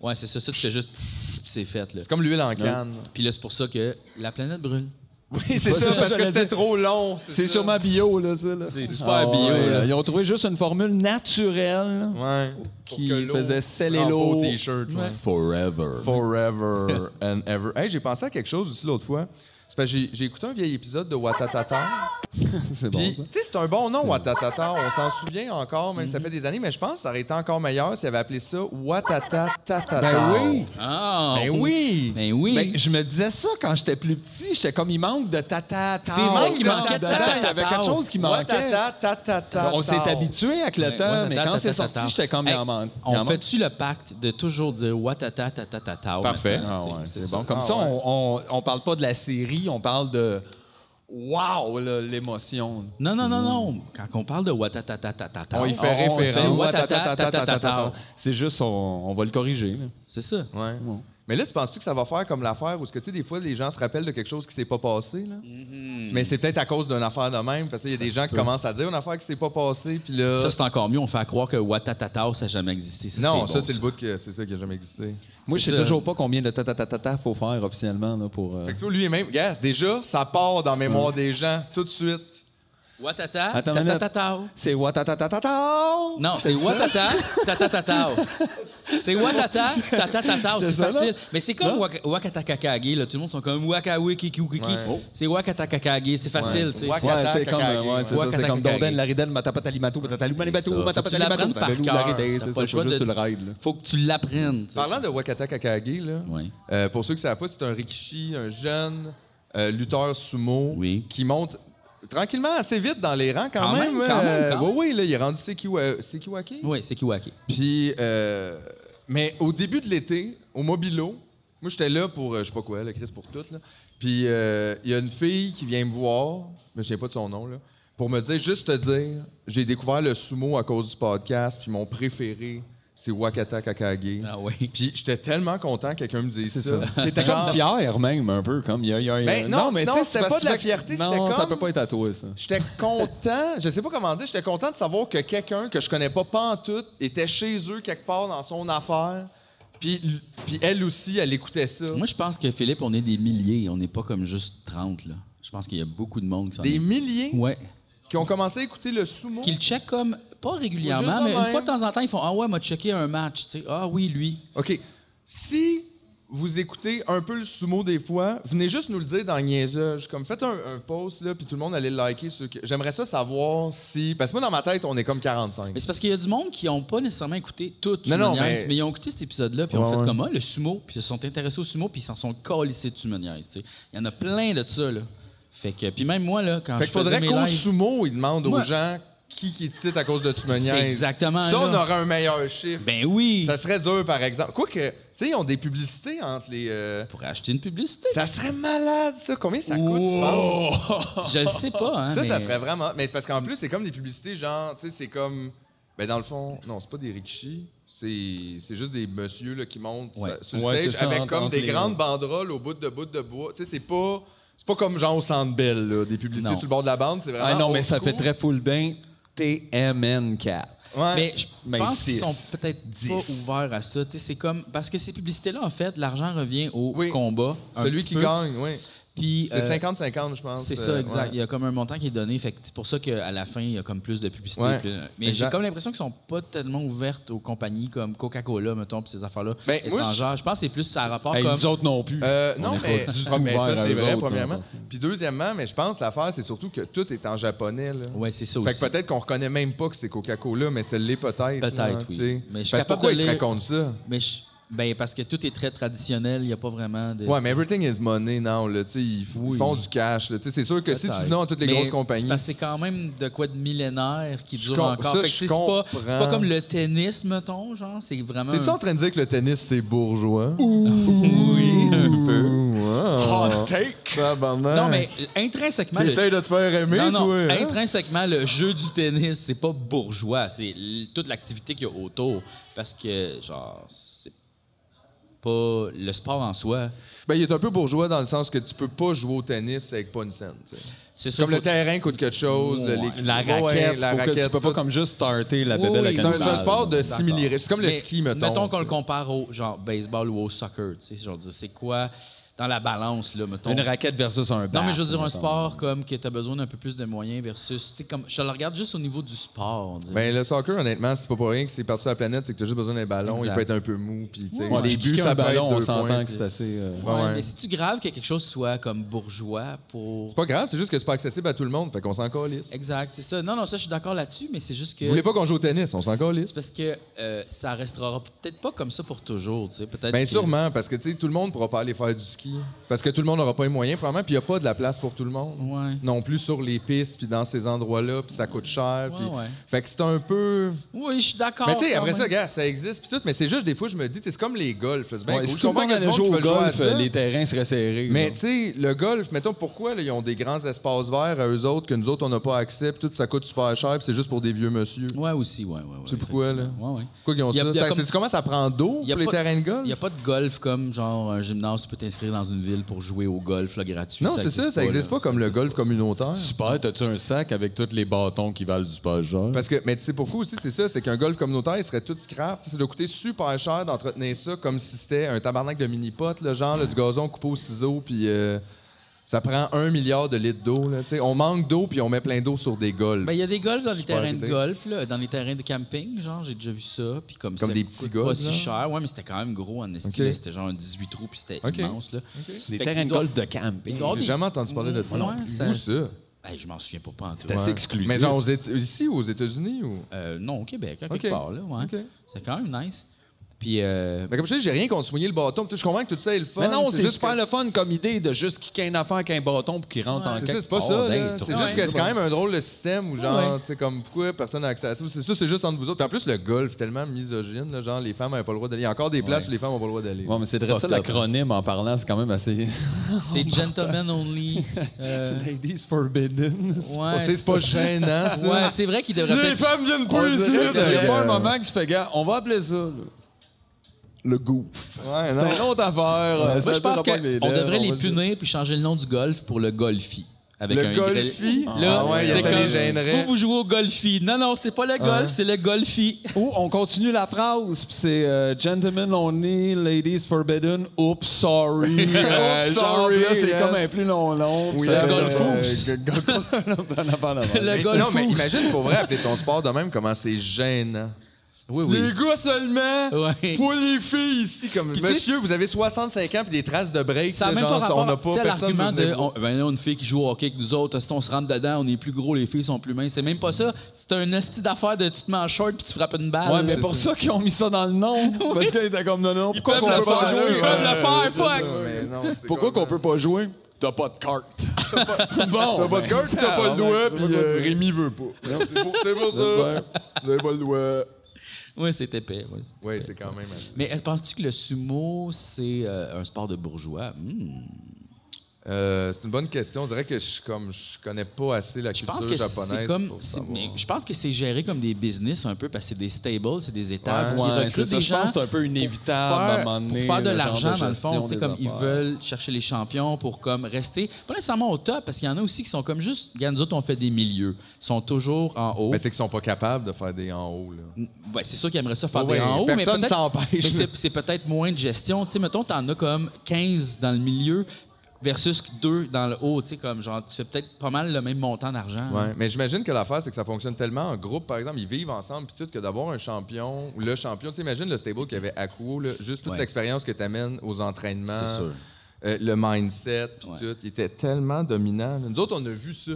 S3: Ouais, c'est ça. Ça, tu fais juste, tss, puis c'est fait, là.
S2: C'est comme l'huile en canne.
S3: Puis là, c'est pour ça que la planète brûle.
S2: Oui, c'est
S1: Ouais,
S2: ça,
S1: c'est ça,
S2: parce que
S1: j'allais
S2: c'était
S1: dire.
S2: trop long.
S1: C'est
S2: ça.
S1: sûrement bio, là, ça. là.
S2: C'est super
S1: Ah,
S2: bio,
S1: ouais,
S2: là.
S1: là. Ils ont trouvé juste une formule naturelle
S2: Ouais. Pour
S1: qui
S2: que l'eau
S1: faisait sceller
S2: se rend pas
S1: l'eau.
S2: au t-shirt. ouais.
S1: Forever.
S2: Forever and ever. Hey, j'ai pensé à quelque chose aussi l'autre fois. C'est parce que j'ai- j'ai écouté un vieil épisode de Watatata.
S1: c'est bon,
S2: Puis,
S1: ça. Mhm.
S2: tu sais, c'est un bon nom, Watatata. On s'en souvient encore, même si ça fait des années, mais je pense que ça aurait été encore meilleur s'il avait appelé ça Watatatatata.
S1: Ben oui.
S3: Ah!
S2: Ben oui!
S3: Ben oui!
S1: Ben, je me disais ça quand j'étais plus petit. J'étais comme, il manque de tata.
S3: C'est vrai qu'il
S2: manquait de
S1: Il y avait
S3: tata.
S1: quelque chose qui manquait. Ben,
S2: Watatatatata.
S1: On s'est habitué avec le
S3: Ouais,
S1: temps, mais
S3: ta- ta-
S1: quand
S3: ta-
S1: c'est
S3: ta- ta-
S1: sorti, j'étais comme, il
S3: Hey,
S1: en manque. il
S3: On
S1: en manque.
S3: fait-tu le pacte de toujours dire watata tata tata
S2: Parfait. Ah,
S1: Ah ouais, c'est bon. Comme ça, on, on, on parle pas de la série, on parle de wow, là, l'émotion.
S3: Non, non, non, non. Quand on parle de watatatatata,
S2: On y fait
S1: Ah, On- on-
S2: référence.
S1: c'est
S3: watatatatata.
S1: C'est juste, on, on va le corriger. là.
S3: C'est ça.
S2: Ouais. Mais là, tu penses-tu que ça va faire comme l'affaire où, ce que, tu sais, des fois, les gens se rappellent de quelque chose qui s'est pas passé, là? Mais c'est peut-être à cause d'une affaire de même, parce qu'il y a des gens qui commencent à dire une affaire qui s'est pas passée, puis là...
S3: Ça, c'est encore mieux. On fait à croire que Watatata, ça n'a jamais existé.
S2: non, ça,
S3: bon,
S2: c'est le bout que c'est ça qui a jamais existé.
S1: Moi, je
S3: C'est
S1: sais
S3: ça.
S1: toujours pas combien de tatatata faut faire officiellement là, pour. euh,
S2: Fait que toi, lui, même, regarde, déjà, ça part dans la mémoire des gens, tout de suite.
S3: Watata,
S1: Attends une minute.
S3: tatatata.
S1: C'est watatatatata!
S3: Non, c'est Watata, tatatata. C'est Watata, tatatata. C'est
S1: ça,
S3: facile.
S1: non?
S3: Mais c'est comme Wak- Wakatakakage. là. Tout le monde sont comme Wakawikikukiki.
S2: Ouais. Oh.
S3: C'est Wakatakakage. C'est facile. tu sais.
S2: Waka-
S1: Ouais, c'est comme,
S2: Kakage,
S1: ouais, c'est
S3: ouais.
S1: ça, c'est comme
S3: Kakage.
S1: Donden, Lariden, Matapatalimato, Matatalimanibatu,
S3: Ça, faut que tu l'apprennes
S1: Matapatalimato,
S3: par
S1: Tatalou,
S3: cœur.
S1: Laridé,
S3: T'as
S1: c'est
S3: pas
S1: ça,
S3: le
S1: faut
S3: choix
S1: juste
S3: de-
S1: tu le raides, là.
S3: Faut que tu l'apprennes. tu sais.
S2: Parlant de Wakata Kakage, là,
S3: Oui.
S2: euh, pour ceux qui ne savent pas, c'est un Rikishi, un jeune euh, lutteur sumo
S3: Oui.
S2: qui monte tranquillement assez vite dans les rangs quand,
S3: Quand même,
S2: même. euh,
S3: quand même, quand
S2: oui, oui, là, il est rendu Sekiwa- euh, Sekiwake.
S3: Oui, c'est Kiwaki.
S2: Puis, euh, mais au début de l'été, au Mobilo, moi j'étais là pour, euh, je sais pas quoi, le Chris pour tout. Là. Puis euh, il y a une fille qui vient me voir, je me souviens pas de son nom, là, pour me dire, juste te dire, j'ai découvert le sumo à cause du podcast, puis mon préféré, c'est Wakata Kakage.
S3: Ah oui.
S2: Puis j'étais tellement content que quelqu'un me dise ça.
S1: T'étais
S2: Genre,
S1: comme fier, même, un peu, comme il y a- il y a-
S2: Ben, non, non,
S1: tu sais,
S2: c'était
S1: parce
S2: pas de la
S1: que-
S2: fierté,
S1: non,
S2: c'était
S1: ça
S2: comme-
S1: peut pas être à toi, ça.
S2: J'étais content, je sais pas comment dire, j'étais content de savoir que quelqu'un que je connais pas pantoute était chez eux quelque part dans son affaire. Puis, puis elle aussi, elle écoutait ça.
S3: Moi, je pense que Philippe, on est des milliers. On n'est pas comme juste 30. Là. Je pense qu'il y a beaucoup de monde qui s'en
S2: Des
S3: est-
S2: milliers
S3: Ouais.
S2: qui ont commencé à écouter le sumo.
S3: Qui le checkent comme, pas
S2: Juste
S3: régulièrement,
S2: de
S3: mais une
S2: même.
S3: fois de temps en temps, ils font Ah ouais, m'a checké un match. tu sais. Ah oui, lui.
S2: OK. Si vous écoutez un peu le sumo des fois, venez juste nous le dire dans niaisage. Comme faites un, un post, là, puis tout le monde allait le liker. ceux qui- J'aimerais ça savoir si. Parce que moi, dans ma tête, on est comme 45.
S3: Mais c'est parce qu'il y a du monde qui n'ont pas nécessairement écouté toutes
S2: Non, non,
S3: mais...
S2: mais-
S3: mais ils ont écouté cet épisode-là, puis ils ont
S2: Ouais,
S3: fait
S2: ouais.
S3: comme ah, le sumo, puis ils se sont intéressés au sumo, puis ils s'en sont calissés de Tumoniaise. tu sais. Il y en a plein de ça, là. Fait que, puis même moi, là, quand
S2: Fait
S3: je
S2: qu'il faudrait
S3: faisais mes
S2: qu'au
S3: lives-
S2: sumo, ils demandent
S3: Moi-
S2: aux gens qui qui titre à cause de Tumoniaise.
S3: C'est exactement
S2: Ça, on
S3: là.
S2: aurait un meilleur chiffre.
S3: Ben oui!
S2: Ça serait dur, par exemple. Quoique, tu sais, ils ont des publicités entre les. euh,
S3: Pour acheter une publicité.
S2: Ça serait malade, ça. Combien ça coûte, tu penses?
S3: Je le sais pas, hein,
S2: Ça, ça
S3: mais-
S2: serait vraiment. Mais c'est parce qu'en plus, c'est comme des publicités, genre, tu sais, c'est comme. Ben, dans le fond, non, c'est pas des rikishi, c'est c'est juste des messieurs là, qui montent
S3: Ouais.
S2: sa- sur le
S1: Ouais,
S2: stage
S1: c'est ça,
S2: avec
S1: entre-
S2: comme
S1: entre
S2: des
S1: les-
S2: grandes banderoles au bout de bout de bois. Tu sais, c'est pas. C'est pas comme genre au centre belle, là, des publicités
S3: Non.
S2: sur le bord de la bande, c'est vraiment.
S1: Ah non, mais
S2: old
S1: ça
S2: school.
S1: fait très full bain. TMN4.
S2: Ouais. Ben,
S3: Mais je
S1: Mais
S3: pense qu'ils
S1: six.
S3: sont peut-être
S1: Dix.
S3: pas ouverts à ça. Tu sais, c'est comme parce que ces publicités-là, en fait, l'argent revient au
S2: Oui.
S3: combat. un
S2: Celui
S3: petit
S2: qui
S3: peu.
S2: gagne, oui.
S3: Puis,
S2: C'est
S3: euh,
S2: 50-50, je pense.
S3: C'est ça,
S2: euh,
S3: exact.
S2: ouais.
S3: Il y a comme un montant qui est donné. Fait que c'est pour ça qu'à la fin, il y a comme plus de publicité.
S2: Ouais,
S3: plus- mais j'ai
S2: exact.
S3: comme l'impression qu'ils sont pas tellement ouvertes aux compagnies comme Coca-Cola, mettons, puis ces affaires-là
S2: Ben, moi,
S3: étrangères. Je pense que c'est plus à rapport
S1: Hey,
S3: comme...
S1: nous autres non plus.
S2: Euh,
S1: On
S2: non,
S1: est
S2: mais,
S1: pas du tout
S2: ah, mais
S1: ouverts
S2: ça,
S1: à
S2: c'est
S1: eux
S2: vrai,
S1: autres,
S2: premièrement.
S1: hein.
S2: Puis deuxièmement, mais je pense que l'affaire, c'est surtout que tout est en japonais. Là.
S3: Ouais, c'est ça
S2: Fait
S3: aussi.
S2: que peut-être qu'on reconnaît même pas que c'est Coca-Cola, mais ça l'est peut-être.
S3: Peut-être,
S2: là,
S3: oui.
S2: tu sais.
S3: Mais je suis capable
S2: Parce que pourquoi
S3: de
S2: ils se
S3: lire-
S2: racontent ça?
S3: Mais je- ben, parce que tout est très traditionnel. Il n'y a pas vraiment de...
S2: Ouais, mais everything is money, non. Là, tu sais, ils, f- ils
S3: Oui.
S2: font du cash. là, tu sais, C'est sûr que si tu dis non à toutes les
S3: Mais
S2: grosses compagnies.
S3: c'est parce que C'est quand même de quoi de millénaire qui dure
S2: com-
S3: encore.
S2: ça,
S3: Fait que
S2: je
S3: c'est pas, c'est pas
S2: comprends.
S3: comme le tennis, mettons, genre. C'est vraiment.
S2: T'es-tu en train de dire que le tennis, c'est bourgeois?
S3: Oui, un peu.
S2: Hot take!
S3: Non, mais intrinsèquement. le-
S2: T'essayes de te faire aimer,
S3: non, non,
S2: toi? hein?
S3: intrinsèquement, le jeu du tennis, c'est pas bourgeois, c'est l- toute l'activité qu'il y a autour. Parce que, genre, c'est pas le sport en soi.
S2: Ben, il est un peu bourgeois dans le sens que tu peux pas jouer au tennis avec pas une scène. tu sais.
S3: C'est sûr
S2: Comme
S3: faut
S2: le
S3: que tu-
S2: terrain coûte quelque chose, le- les-
S1: La
S2: Ouais,
S1: raquette,
S2: la
S1: faut que tu
S2: raquette,
S1: peux
S2: tout.
S1: pas comme juste starter la
S3: Oui,
S1: bébelle
S3: oui.
S1: avec
S2: C'est
S1: une
S2: un, c'est un
S1: balle.
S2: sport de
S3: D'accord.
S2: similaire. C'est comme le
S3: Mais
S2: ski, mettons.
S3: Mettons qu'on
S2: tu
S3: le
S2: sais.
S3: compare au genre baseball ou au soccer, tu sais. Genre, dire, c'est quoi dans la balance, là, mettons.
S1: Une raquette versus un bat.
S3: non, mais je veux dire, un
S1: mettons.
S3: sport comme que tu as besoin d'un peu plus de moyens versus. Tu sais, comme. Je le regarde juste au niveau du sport. on dirait.
S2: Ben, le soccer, honnêtement, c'est pas pour rien que c'est partout sur la planète, c'est que t'as juste besoin d'un ballon,
S3: Exact.
S2: il peut être un peu mou. Puis, tu sais,
S1: Ouais,
S2: les
S1: tu
S2: buts,
S1: kickes
S2: ça
S1: un
S2: peut être
S1: ballon, on
S2: deux points,
S1: s'entend que
S2: puis-
S1: c'est assez. euh,
S3: Ouais,
S2: Ben, ouais.
S3: Mais c'est-tu grave que quelque chose soit comme bourgeois pour.
S2: C'est pas grave, c'est juste que c'est pas accessible à tout le monde, fait qu'on s'en calisse.
S3: Exact, c'est ça. Non, non, ça, je suis d'accord là-dessus, mais c'est juste que.
S2: Vous voulez pas qu'on joue au tennis, on s'en calisse.
S3: Parce que euh, ça restera peut-être pas comme ça pour toujours, tu sais. Peut-être.
S2: Bien
S3: que-
S2: Ben, sûrement, parce que tu sais, tout le monde pourra pas aller faire du ski. Parce que tout le monde n'aura pas les moyens, probablement, puis il n'y a pas de la place pour tout le monde.
S3: Ouais.
S2: Non plus sur les pistes, puis dans ces endroits-là, puis ça coûte cher.
S3: Ouais,
S2: puis-
S3: ouais.
S2: Fait que c'est un peu.
S3: Oui, je suis
S1: Ah,
S3: d'accord.
S2: Mais tu sais,
S3: quand
S2: après ça,
S3: même.
S2: gars, ça existe, puis tout. Mais c'est juste, des fois, je me dis, tu sais, c'est comme les golfs. C'est bien
S1: ouais,
S2: cool.
S1: si
S2: Je
S1: tout le
S2: comprends
S1: monde
S2: qu'il y a
S1: allait
S2: du
S1: jouer
S2: monde qui
S1: au
S2: veut jouer à
S1: golf,
S2: ça.
S1: les terrains seraient serrés.
S2: Mais
S1: là.
S2: tu sais, le golf, mettons, pourquoi là, ils ont des grands espaces passe vert à eux autres que nous autres, on n'a pas accès, puis tout ça coûte super cher, puis c'est juste pour des vieux monsieur.
S3: Ouais, aussi, ouais, ouais. ouais
S2: C'est pourquoi, là?
S3: effectivement. Ouais, ouais.
S2: Pourquoi ils ont
S3: Y a-
S2: ça?
S3: y a
S2: Ça-
S3: comme-
S2: C'est-tu comment ça prend d'eau
S3: Y a
S2: pour les
S3: pas-
S2: terrains de
S3: Il n'y a
S2: golf?
S3: pas de golf comme genre un gymnase, tu peux t'inscrire dans une ville pour jouer au golf là, gratuit.
S2: Non, c'est ça, ça n'existe
S3: là.
S2: pas comme le
S3: existe
S2: golf
S3: pas, ça.
S2: communautaire.
S1: Super, t'as-tu un sac avec tous les bâtons qui valent du pageur?
S2: Parce que, mais tu sais, pour vous aussi, c'est ça, c'est qu'un golf communautaire, il serait tout scrap. Tu sais, ça doit coûter super cher d'entretenir ça comme si c'était un tabarnak de mini-potes, le genre là, du gazon coupé au ciseau, puis euh, ça prend un milliard de litres d'eau. là, tu sais. On manque d'eau, puis on met plein d'eau sur des golfs.
S3: Ben, il y a des golfs dans les
S2: Super
S3: terrains de
S2: idée.
S3: golf, là, dans les terrains de camping, genre, j'ai déjà vu ça. Puis comme,
S2: Comme
S3: ça
S2: des
S3: coûte
S2: petits
S3: Pas
S2: golfs,
S3: si
S2: genre?
S3: cher, ouais, mais c'était quand même gros en esti,
S2: Ok.
S3: là, C'était genre un 18 trous, puis c'était
S2: Ok.
S3: immense, là.
S1: Des
S3: Fait
S1: terrains
S3: qu'il
S1: de
S3: doit-
S1: golf de camping.
S3: il doit-
S2: J'ai jamais entendu parler de ça.
S3: Ouais,
S2: non plus.
S3: ça-
S2: Où ça?
S3: Hey, je m'en souviens pas, pas en tout.
S1: C'est assez exclusif.
S2: Mais genre aux Éta- ici ou aux États-Unis? Ou...
S3: Euh, non, au Québec, à
S2: Ok.
S3: quelque part, là, ouais.
S2: Ok. Oh
S3: C'est quand même nice. Puis, euh,
S2: Mais comme je dis, j'ai rien contre soigner le bâton. Tu sais, Je comprends que tout ça est le fun.
S1: Mais non, c'est
S2: juste
S1: super
S2: que-
S1: le fun comme idée de juste kicker une affaire avec un bâton pour qu'il rentre en
S2: C'est
S1: quelque
S2: ça, c'est pas
S1: part ben,
S2: ça. là.
S1: d'être.
S2: C'est
S1: Ouais.
S2: juste que c'est quand même un drôle de système où, genre,
S3: Ouais.
S2: tu sais, comme pourquoi personne n'a accès à ça. C'est ça, c'est juste entre vous autres. Puis en plus, le golf, tellement misogyne, là, genre, les femmes n'avaient pas le droit d'aller. Il y a encore des places où les femmes n'ont pas le droit d'aller.
S1: Ouais, mais c'est de ça
S3: Fuck
S1: l'acronyme en parlant, c'est quand même assez.
S3: c'est gentlemen only. euh,
S1: Ladies Forbidden. C'est pas-
S2: Tu sais, c'est pas gênant, ça.
S3: ouais, c'est vrai qu'il devrait
S2: Les
S3: peut-être
S2: femmes viennent
S1: On
S2: pas ici.
S1: dirait qu'il y a
S2: d'ailleurs.
S1: pas un moment que tu fais gars, on va appeler ça. là, Le goof.
S2: Ouais,
S1: C'est
S2: non.
S1: une autre affaire.
S3: Moi, je
S1: euh, ça peut
S3: pense
S1: pas avec mes
S3: qu'on
S1: lèvres,
S3: devrait
S1: on
S3: les
S1: va
S3: punir
S1: juste-
S3: puis changer le nom du golf pour le golfi. Avec
S2: Le
S3: un Y.
S2: golfi?
S3: Là,
S2: Ah ouais,
S3: c'est
S2: ça
S3: comme,
S2: les gênerait.
S3: Vous, vous jouez au golfi. Non, non, c'est pas le golf, c'est le golfi.
S2: Ah,
S1: Ou on continue la phrase, puis c'est euh, Gentlemen only, ladies forbidden, oops, sorry. Euh,
S2: Oops,
S1: genre,
S2: sorry,
S1: puis là, c'est
S2: yes.
S1: comme un plus long long.
S2: Oui,
S1: puis
S2: le
S1: ça fait,
S3: golfous.
S1: euh, go- go- go- la fin, la fin.
S3: Le
S2: Mais-
S3: golf.
S2: Non, mais imagine pour vrai appeler ton sport de même, comment c'est gênant.
S3: Oui, oui.
S2: Les gars seulement,
S3: Ouais.
S2: pour les filles ici. Comme,
S3: tu sais,
S2: monsieur, vous avez 65 ans puis des traces de break.
S3: Ça n'a
S2: là,
S3: même
S2: genre,
S3: pas rapport
S2: on n'a pas
S3: tu sais, à
S2: personne
S3: l'argument
S2: venait
S3: de.
S2: voir.
S3: On, ben là, une fille qui joue au hockey que nous autres, si on se rentre dedans, on est plus gros, les filles sont plus minces. C'est même pas ça. C'est un esti d'affaires de tu te mets en short puis tu frappes une balle.
S1: Ouais, mais pour ça qu'ils ont mis ça dans le nom. Parce qu'ils étaient comme non, non, pourquoi
S3: peuvent
S1: qu'on
S3: le
S1: peut
S3: faire,
S1: pas
S3: eux,
S1: jouer?
S3: ils peuvent le faire,
S2: c'est
S3: fuck.
S2: ça, mais non, c'est
S1: Pourquoi
S2: comme-
S1: qu'on peut pas jouer? T'as pas de carte. bon. ben,
S2: T'as pas de cœur, t'as
S3: Ah
S2: pas le doigt, puis euh, Rémi veut pas. C'est pour, c'est pour ça. Vous avez pas le doigt.
S3: Oui, c'est épais. ouais.
S2: Ouais, c'est quand même assez.
S3: Mais euh, penses-tu que le sumo, c'est euh, un sport de bourgeois? Hmm.
S2: Euh, c'est une bonne question. On dirait que je, comme, je connais pas assez la
S3: Je
S2: culture
S3: pense que c'est
S2: japonaise.
S3: comme,
S2: pour
S3: c'est-
S2: savoir.
S3: mais je pense que c'est géré comme des business un peu parce que c'est des stables, c'est des étables.
S2: Ouais,
S3: qui
S1: Ouais,
S3: recrutent
S1: c'est ça.
S3: des
S1: Je pense
S3: gens
S1: que c'est un peu inévitable
S3: pour
S1: à
S3: faire,
S1: un moment donné.
S3: pour faire de
S1: le genre
S3: l'argent, dans le
S1: gestion
S3: fond, tu sais,
S1: des
S3: comme ils
S1: affaires.
S3: veulent chercher les champions pour comme rester, pas nécessairement au top, parce qu'il y en a aussi qui sont comme juste, regarde, nous autres, on fait des milieux, ils sont toujours en haut.
S2: Mais c'est qu'ils sont pas capables de faire des en haut. Là.
S3: Ouais, c'est sûr qu'ils aimeraient ça faire
S2: Ouais,
S3: des en haut, mais
S2: personne
S3: peut-être-
S2: s'empêche.
S3: mais c'est- c'est peut-être moins de gestion. Tu sais, mettons, t'en as comme 15 dans le milieu versus 2 dans le haut, tu sais, comme genre, tu fais peut-être pas mal le même montant d'argent.
S2: Ouais, mais j'imagine que l'affaire, c'est que ça fonctionne tellement en groupe, par exemple, ils vivent ensemble, puis tout, que d'avoir un champion, ou le champion, tu sais, imagine le stable qu'il y avait à Kuo, là, juste toute
S3: Ouais.
S2: l'expérience que tu amènes aux entraînements,
S3: C'est sûr.
S2: euh, le mindset, puis
S3: Ouais.
S2: tout, il était tellement dominant. là. Nous autres, on a vu ça.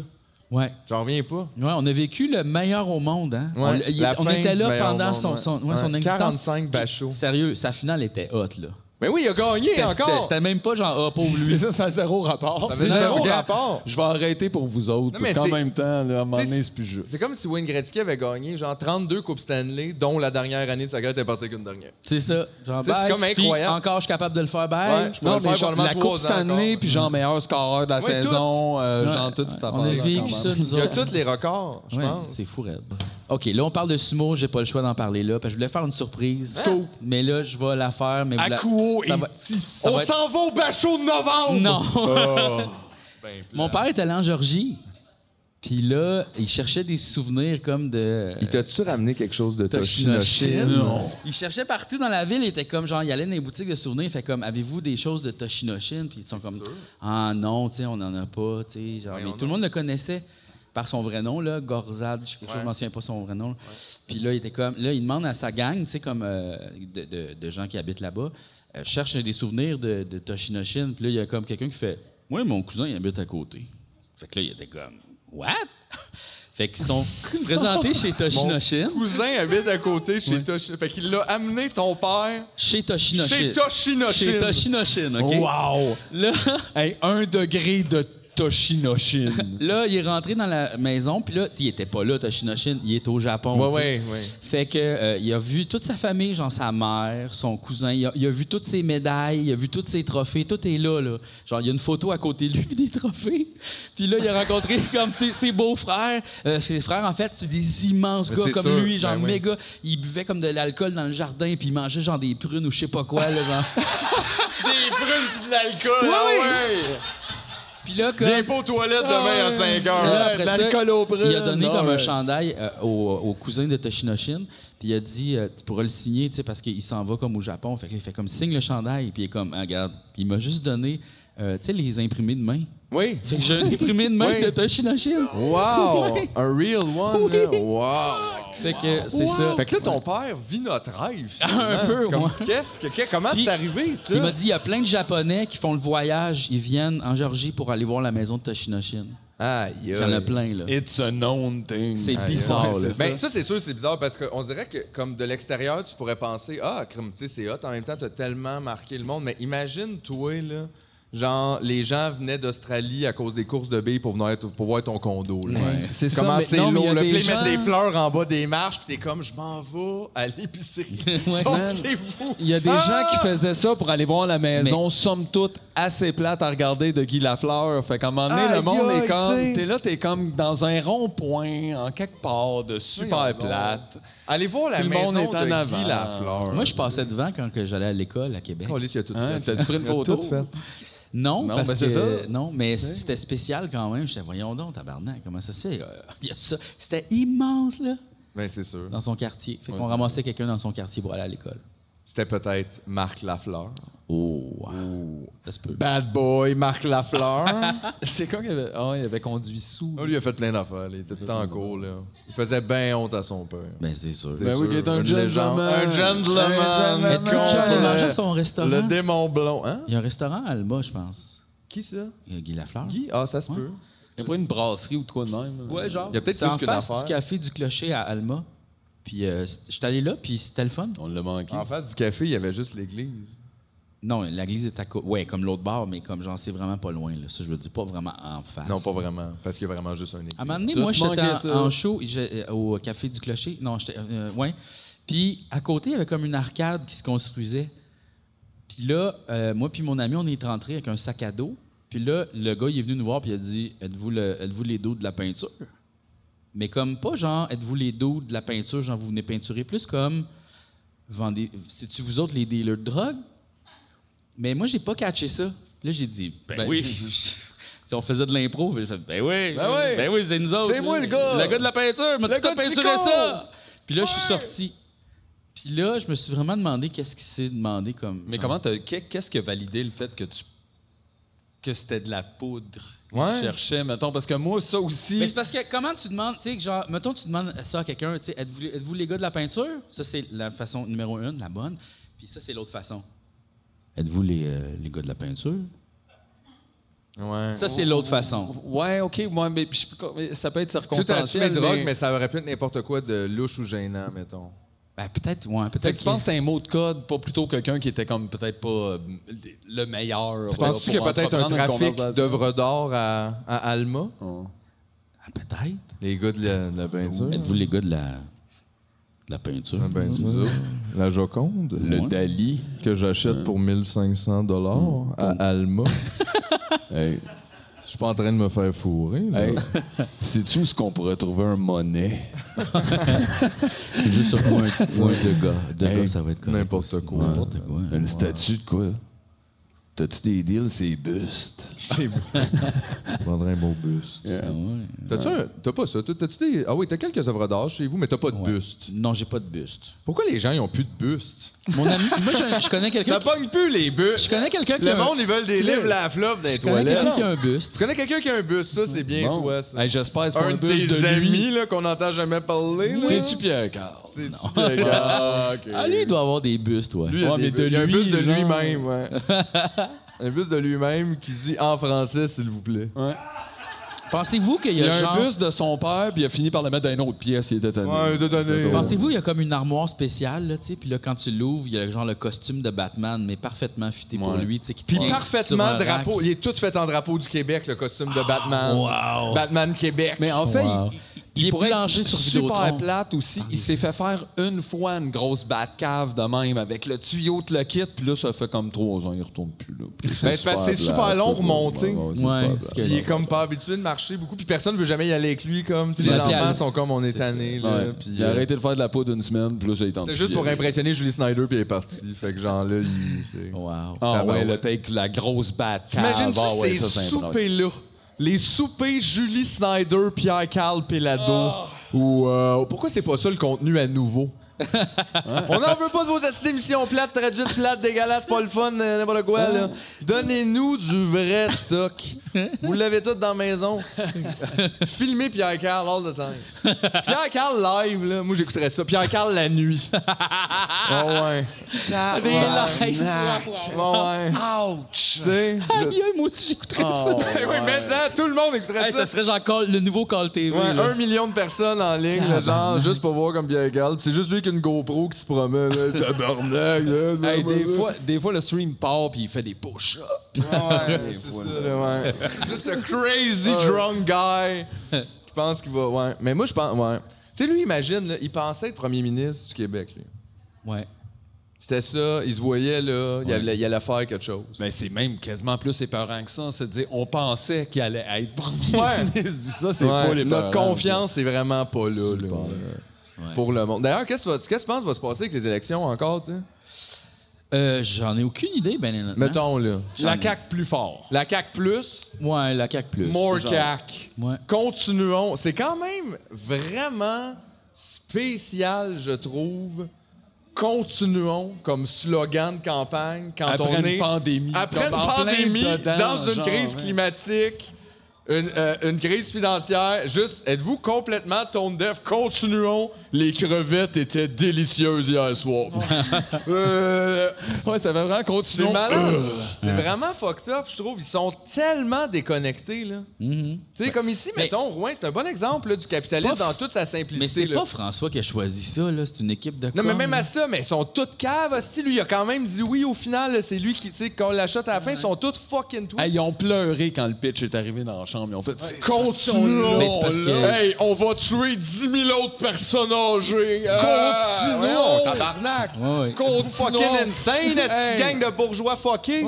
S3: ouais.
S2: J'en reviens pas.
S3: Ouais, on a vécu le meilleur au monde. Hein?
S2: Ouais,
S3: on, il-
S2: la
S3: on
S2: fin
S3: était
S2: du
S3: là
S2: meilleur
S3: pendant
S2: monde,
S3: son,
S2: ouais.
S3: son, ouais,
S2: Ouais,
S3: son existence.
S2: 45 bachots.
S3: Sérieux, sa finale était haute. Là.
S2: Mais oui, il a gagné
S3: C'était- c'était-
S2: encore!
S3: C'était même pas genre, ah, pauvre
S1: C'est
S3: lui.
S1: ça, ça a zéro rapport.
S2: Ça avait
S1: C'est
S2: zéro
S1: comme, gars,
S2: rapport.
S1: Je vais arrêter pour vous autres.
S2: Non, mais
S1: parce qu'en
S2: c'est-
S1: même temps, là, à un moment
S2: T'sais,
S1: donné, c'est plus juste.
S2: C'est comme si Wayne Gretzky avait gagné genre 32 Coupes Stanley, dont la dernière année de sa carrière était partie qu'une dernière.
S3: C'est ça. Genre,
S2: Tu sais, c'est
S3: bye,
S2: comme
S3: puis
S2: incroyable.
S3: encore, je suis capable de le faire. Bye.
S2: Ouais, je pourrais
S1: Non,
S2: le
S1: mais
S2: faire
S1: genre,
S2: probablement
S1: la
S2: trois
S1: Coupe
S2: ans
S1: Stanley,
S2: encore.
S1: puis genre meilleur scoreur de la
S2: Ouais,
S1: saison, euh,
S3: Ouais,
S1: genre toute cette
S3: on a
S1: affaire-là.
S3: vécu
S1: quand
S3: ça,
S1: même.
S3: nous
S2: Il y a
S3: autres.
S2: tous les records, je
S3: Ouais,
S2: pense.
S3: c'est fou, raide. OK, là, on parle de sumo. J'ai pas le choix d'en parler là. Parce que je voulais faire une
S2: Hein?
S3: surprise. Mais là, je vais la faire. Mais vous la-
S1: Akuo
S3: ça
S1: et
S3: va-
S1: Tissot.
S3: ça va
S2: On
S3: être-
S2: s'en va au bachot de novembre!
S3: Non.
S2: Oh.
S3: Mon père était allé en Georgie. Puis là, il cherchait des souvenirs comme de.
S2: Il t'a-tu ramené quelque chose de
S3: Toshino
S2: Toshinoshin?
S3: Non. Il cherchait partout dans la ville, il était comme genre, il allait dans les boutiques de souvenirs, il fait comme, avez-vous des choses de Toshinoshin? Puis ils sont comme, ah non, tu sais, on n'en a pas, tu sais. genre. Mais tout le monde le connaissait par son vrai nom, là, Gorzad, je sais quelque chose, je m'en souviens pas son vrai nom. là. Puis là, il était comme, là, il demande à sa gang, tu sais, comme euh, de, de- de gens qui habitent là-bas, euh, cherche des souvenirs de, de Toshinoshin. Puis là, il y a comme quelqu'un qui fait, moi, mon cousin, il habite à côté. Fait que là, il était comme, what? Fait qu'ils sont présentés chez Toshinoshin.
S2: cousin habite à côté chez Toshinoshin. Fait qu'il l'a amené ton père
S3: Chez Toshinoshin.
S2: chez Toshinoshin.
S3: Chez Toshinoshin, OK?
S1: Wow!
S3: Là,
S1: Hey, un degré de Toshinoshin.
S3: Là, il est rentré dans la maison, puis là, il était pas là, Toshinoshin, il est au Japon.
S2: Ouais,
S3: tu sais.
S2: ouais, ouais.
S3: Fait que euh, il a vu toute sa famille, genre sa mère, son cousin, il a, il a vu toutes ses médailles, il a vu tous ses trophées, tout est là, là. Genre, il y a une photo à côté de lui des trophées. Puis là, il a rencontré comme tu sais, ses beaux-frères. Euh, ses frères, en fait, c'est des immenses
S2: Mais
S3: gars
S2: c'est
S3: comme
S2: sûr,
S3: lui, genre
S2: ben oui.
S3: méga. Ils buvaient comme de l'alcool dans le jardin, puis ils mangeaient genre des prunes ou je sais pas quoi, là, genre.
S2: Des prunes pis de l'alcool,
S3: ah
S2: ouais!
S3: Puis là, comme.
S2: aux toilettes demain à 5
S3: Puis Ah là,
S2: heures.
S3: après
S1: de
S3: ça,
S1: l'alcool aux prunes.
S3: Il a donné
S1: Non,
S3: comme un
S1: ouais.
S3: chandail euh, au, au cousin de Toshinoshin. Puis il a dit, euh, tu pourras le signer, tu sais, parce qu'il s'en va comme au Japon. Fait que là, il fait comme signe le chandail. Puis il est comme, Ah, regarde, il m'a juste donné, euh, tu sais, les imprimés de main.
S2: Oui.
S3: Fait que j'ai un imprimé de main
S2: Oui.
S3: de Toshinoshin.
S2: Wow! Un real one, là. Wow!
S3: Fait que c'est ça.
S2: Fait que là, ton père vit notre rêve.
S3: Ah, Un
S2: finalement.
S3: peu,
S2: Comme,
S3: ouais.
S2: Qu'est-ce que, que- comment
S3: Puis,
S2: c'est arrivé, ça?
S3: Il m'a dit, il y a plein de Japonais qui font le voyage. Ils viennent en Géorgie pour aller voir la maison de Toshinoshin.
S2: Aïe, aïe.
S3: Il y en a plein, là.
S1: It's a known thing.
S3: C'est
S1: Aïe,
S3: bizarre,
S1: ouais,
S3: là.
S1: c'est
S2: Ben,
S1: ça.
S2: ça, c'est sûr, c'est bizarre parce qu'on dirait que, comme de l'extérieur, tu pourrais penser, ah, comme, tu sais, c'est hot. En même temps, t'as tellement marqué le monde. Mais imagine, toi, là, genre, les gens venaient d'Australie à cause des courses de billes pour, venir être- pour voir ton condo. Là.
S1: Ouais, c'est ça,
S2: Comment
S1: mais-
S2: c'est
S1: non, mais il y
S2: lourd.
S1: a
S2: là,
S1: des
S2: puis Ils mettent
S1: gens-
S2: des fleurs en bas des marches, puis t'es comme, je m'en vais à l'épicerie.
S3: Ouais.
S2: Donc,
S3: Man.
S2: c'est vous.
S1: Il y a des
S2: Ah!
S1: gens qui faisaient ça pour aller voir la maison, somme toute, assez plate à regarder de Guy Lafleur. Fait qu'à un moment donné,
S2: Aïe,
S1: le monde
S2: aïe,
S1: est
S2: t'sais.
S1: comme. T'es là, t'es comme dans un rond-point, en quelque part, de super
S2: Voyons donc.
S1: plate.
S2: Allez voir la
S1: Tout le
S2: maison
S1: monde est en
S2: de
S1: avant.
S2: Guy Lafleur.
S3: Moi, je passais devant quand que j'allais à l'école à Québec.
S2: Oh, Alice, il a tout
S1: Hein,
S2: fait.
S1: T'as-tu pris une
S2: Il a
S1: photo?
S2: tout fait.
S3: Non,
S1: Non,
S3: parce
S1: ben,
S3: que
S1: c'est ça.
S3: non, mais c'était spécial quand même. J'étais voyons donc tabarnak, comment ça se fait Euh, il y a ça. C'était immense là
S2: Ben, c'est sûr.
S3: dans son quartier. Fait
S2: Ouais,
S3: qu'on
S2: c'est
S3: ramassait quelqu'un dans son quartier pour aller à l'école.
S2: C'était peut-être Marc Lafleur.
S3: Oh, ça se peut.
S2: Bad boy, Marc Lafleur.
S1: C'est quoi qu'il avait. Ah, il avait conduit sous.
S2: Ah, lui, il a fait plein d'affaires. Il était tout le temps en cours, là. Il faisait bien honte à son père.
S3: Ben c'est sûr.
S2: C'est
S1: Ben oui,
S2: sûr,
S1: qui est un
S2: une légende.
S1: gentleman.
S2: Un gentleman.
S1: Un
S3: mais quand
S1: gentleman.
S3: j'allais manger à
S2: Euh,
S3: son restaurant,
S2: ben, Le démon blond. Hein?
S3: il y a un restaurant à Alma, je pense.
S2: Qui, ça?
S3: Il y a Guy Lafleur.
S2: Guy? Ah, ça se peut.
S1: Il n'y a pas une brasserie ou de quoi de même. là?
S3: Ouais, genre.
S2: Il y a peut-être
S3: c'est
S2: plus
S3: en
S2: qu'une
S3: face
S2: affaire.
S3: du café du clocher à Alma. Puis euh, c- j'étais allé là, puis c'était le fun.
S1: On l'a manqué.
S2: En face du café, il y avait juste l'église.
S3: Non, l'église est à côté. Ouais, comme l'autre bar, mais comme genre c'est vraiment pas loin. Là. Ça, je veux dire, pas vraiment en face.
S2: Non, pas vraiment. Parce qu'il y a vraiment juste un église.
S3: À un moment donné,
S1: Tout
S3: moi, j'étais
S1: manquait
S3: en,
S1: ça.
S3: en show j'ai- euh, au Café du Clocher. Non, j'étais. euh, ouais. Puis, à côté, il y avait comme une arcade qui se construisait. Puis là, euh, moi puis mon ami, on est rentrés avec un sac à dos. Puis là, le gars, il est venu nous voir, puis il a dit Êtes-vous le- êtes-vous les dos de la peinture Mais comme, pas genre, êtes-vous les dos de la peinture, genre, vous venez peinturer, plus comme, vendez. C'est-tu vous autres les dealers de drogue Mais moi, j'ai pas catché ça. Là, j'ai dit Ben,
S1: Ben,
S3: oui. Tu sais, on faisait de l'impro. puis j'ai fait, Ben oui,
S1: Ben oui.
S3: ben oui, c'est nous autres.
S1: C'est moi, le gars.
S3: Le gars de la peinture, m'a
S1: Le
S3: tout
S1: gars de
S3: peinturé
S1: Tico.
S3: ça. Puis là, je suis sorti. Puis là, je me suis vraiment demandé qu'est-ce qu'il s'est demandé comme.
S1: Mais
S3: genre,
S1: comment t'as. qu'est- Qu'est-ce qui a validé le fait que tu. que c'était de la poudre que
S2: Ouais.
S1: tu cherchais, mettons? Parce que moi, ça aussi.
S3: Mais c'est parce que comment tu demandes, tu sais, que genre, mettons, tu demandes ça à quelqu'un, tu sais, êtes-vous êtes-vous les gars de la peinture? Ça, c'est la façon numéro une, la bonne. Puis ça, c'est l'autre façon. Êtes-vous les, euh, les gars de la peinture?
S2: Ouais.
S3: Ça, c'est l'autre façon.
S1: Ouais, ok, moi, mais, puis je- mais ça peut être
S2: Tu sais, t'as assumé
S1: circonstanciel.
S2: drogue, mais ça aurait pu être n'importe quoi de louche ou gênant, mettons.
S3: Ben, peut-être, ouais,
S1: Fait
S3: peut-être.
S1: que tu penses que c'était un mot de code, pas plutôt quelqu'un qui était comme peut-être pas euh, le meilleur. euh,
S2: Tu penses-tu qu'il y a peut-être un trafic d'œuvres d'art à, à Alma?
S3: Ah, peut-être.
S2: Les gars de la, de la peinture?
S3: Êtes-vous les gars de la, de la peinture?
S2: Ah ben, c'est ça. La Joconde?
S3: Le Ouais.
S1: Dali.
S2: que j'achète pour 1500
S1: Mm.
S2: dollars à Alma. hey, je suis pas en train de me faire fourrer. là.
S1: Sais-tu ce qu'on pourrait trouver un monnaie?
S3: Juste sur moi, deux gars. Deux
S2: Hey,
S3: gars, ça va être correct
S2: n'importe
S3: aussi.
S2: quoi.
S3: N'importe quoi.
S1: Une statue de quoi? T'as-tu des deals, c'est bustes?
S2: Je prendrais un beau buste.
S3: Ah ouais.
S2: T'as-tu un- T'as pas ça? T'as- T'as-tu des. Ah oui, t'as quelques œuvres d'art chez vous, mais t'as pas de buste.
S3: Non, j'ai pas de buste.
S2: Pourquoi les gens, ils ont plus de buste?
S3: Mon ami, moi, je, je connais quelqu'un.
S2: Ça
S3: qui-
S2: pogne plus, les
S3: Je
S2: bustes.
S3: connais quelqu'un qui
S2: Le
S3: a un,
S2: monde, ils veulent des livres la flop dans les
S3: je connais quelqu'un qui a
S2: toilettes.
S3: un
S2: Tu
S3: buste.
S2: connais quelqu'un qui a un buste, ça, c'est bien toi, ça.
S1: Hey, J'espère que c'est pas
S2: un
S1: un
S2: de
S1: bus
S2: tes
S1: de lui.
S2: amis là, qu'on n'entend jamais parler. là.
S1: C'est-tu Pierre Carl?
S2: C'est tu Pierre Gars?
S3: Ah, lui, il doit avoir des bustes, ouais.
S2: Lui, il y a
S1: Ouais,
S2: des
S1: mais
S2: bu-
S1: de
S2: il y a un
S1: lui,
S2: bus de
S1: genre.
S2: lui-même, ouais. un bus de lui-même qui dit en français, s'il vous plaît.
S3: Pensez-vous qu'il y
S1: Il
S3: a,
S1: a
S3: genre...
S1: un bus de son père, puis il a fini par le mettre dans une autre pièce, il était tanné.
S2: Ouais, il était tanné.
S1: C'est drôle.
S3: Pensez-vous, il y a comme une armoire spéciale, là, tu sais, puis là, quand tu l'ouvres, il y a genre le costume de Batman, mais parfaitement fité pour
S1: Ouais.
S3: lui, tu sais, qui
S2: Puis
S3: tient sur
S2: parfaitement
S3: un
S2: drapeau.
S3: rack. Ah,
S2: Il est tout fait en drapeau du Québec, le costume de Batman.
S3: wow.
S2: Batman Québec.
S1: Mais en fait,
S3: Wow.
S1: il, il-
S3: Il est
S1: il pourrait
S3: planché
S1: être
S3: sur Vidéotron.
S1: super plate aussi. Il s'est fait faire une fois une grosse cave de même avec le tuyau de le kit, puis là, ça fait comme trois ans, il retourne plus là. Puis
S2: Ben, c'est parce que c'est super
S1: plate,
S2: long
S1: là.
S2: remonter.
S1: Ouais, ouais, c'est
S3: Ouais,
S1: super
S3: parce
S1: plate.
S2: Puis il est comme pas habitué de marcher beaucoup, puis personne veut jamais y aller avec lui. Comme, tu sais,
S3: Ouais,
S2: les
S3: puis
S2: enfants
S3: elle-
S2: sont comme on est
S3: c'est
S2: tanné. là,
S1: Ouais.
S2: puis,
S1: il a
S2: euh,
S1: arrêté de faire de la peau d'une semaine, puis là, ça, il tente
S2: C'était juste
S1: plus.
S2: pour impressionner Julie Snyder, puis il est parti. Fait que genre là, il. tu sais.
S3: Wow.
S1: Ah ouais,
S2: Tabarouette.
S1: le take, la grosse batcave.
S2: T'imagines-tu
S1: ah, ouais,
S2: ces
S1: ça, c'est intense.
S2: soupers-là? Les soupers Julie Snyder, Pierre-Carl Pelado.
S1: Ah.
S2: Ou euh, pourquoi c'est pas ça le contenu à nouveau? On n'en veut pas de vos assises d'émissions plates, traduites plates, dégueulasses, pas le fun, euh, n'importe quoi. là.
S1: Ah.
S2: Donnez-nous du vrai stock. Vous l'avez tout dans la maison. Filmez Pierre-Carl all the time. Pierre-Carl live, là. moi j'écouterais ça. Pierre-Carl la nuit. oh ouais.
S3: Des lives.
S2: Oh ouais. Ouch! Tu sais,
S3: Aïe,
S2: je-
S3: aïe, moi aussi, j'écouterais ça.
S2: Eh oui, mais ça, tout le monde écouterait
S3: Hey, ça
S2: ça.
S3: serait genre call- le nouveau Call TV.
S2: Ouais,
S3: là.
S2: un million de personnes en ligne, là, genre, juste pour voir comme Pierre Carl. Puis C'est juste lui qu'une GoPro qui se promène. là, Tabarnak! là,
S1: Hey, des,
S2: blablabla.
S1: fois, des fois, le stream part, puis il fait des push-ups.
S2: Ouais, ouais, c'est ça, là, ouais. Juste un crazy drunk guy qui pense qu'il va. Ouais. Mais moi, je pense. Ouais. Tu sais, lui, imagine, là, il pensait être premier ministre du Québec, lui.
S3: Ouais.
S2: C'était ça, il se voyait, là, il, allait, il allait faire quelque chose.
S1: Mais Ben, c'est même quasiment plus épeurant que ça. C'est de dire, on pensait qu'il allait être premier
S2: Ouais.
S1: ministre. Ça, c'est
S2: Ouais,
S1: pas les
S2: Notre confiance est vraiment pas là, là,
S3: Ouais.
S2: pour le monde. D'ailleurs, qu'est-ce que va- qu'est-ce que tu penses va se passer avec les élections encore, tu sais?
S3: Euh, J'en ai aucune idée, ben honnêtement.
S2: Mettons, là.
S1: La CAQ plus fort.
S2: La CAC plus,
S3: Ouais, la CAQ plus.
S2: more
S3: Genre.
S2: CAC.
S3: Ouais.
S2: Continuons. C'est quand même vraiment spécial, je trouve. Continuons comme slogan de campagne quand
S1: Après
S2: on
S1: une
S2: est
S1: pandémie.
S2: après une
S1: Comme en plein
S2: pandémie,
S1: dedans,
S2: dans une
S1: genre, hein.
S2: crise
S1: ouais.
S2: climatique, une, euh, une crise financière. Juste, êtes-vous complètement tone deaf? Continuons. Les crevettes étaient délicieuses hier soir. Euh,
S1: Ouais, ça va vraiment continuer. Euh.
S2: c'est malade. C'est vraiment fucked up, je trouve. Ils sont tellement déconnectés, là.
S3: Mhm.
S2: Tu sais, comme ici,
S3: mais-
S2: mettons, Rouen, c'est un bon exemple là, du capitalisme
S3: pas
S2: dans toute sa
S3: Mais
S2: simplicité.
S3: c'est
S2: là.
S3: pas François qui a choisi ça, là. C'est une équipe de.
S2: Non, mais
S3: com,
S2: même
S3: là.
S2: à ça, mais ils sont toutes caves, hostie. Lui, il a quand même dit oui au final. là. C'est lui qui, tu sais, quand on l'achète à la fin, ils sont toutes fucking tweets.
S1: Hey, ils ont pleuré quand le pitch est arrivé dans la chambre. Ils ont fait c'est
S2: Continuons.
S3: Mais c'est parce que-
S2: là. Hey, on va tuer 10 000 autres personnes âgées.
S1: Continuons.
S2: Continuons. Tabarnak.
S3: Ouais, ouais.
S2: Continuons. Fucking insane. Est-ce
S1: Hey.
S2: gang de bourgeois fuckés?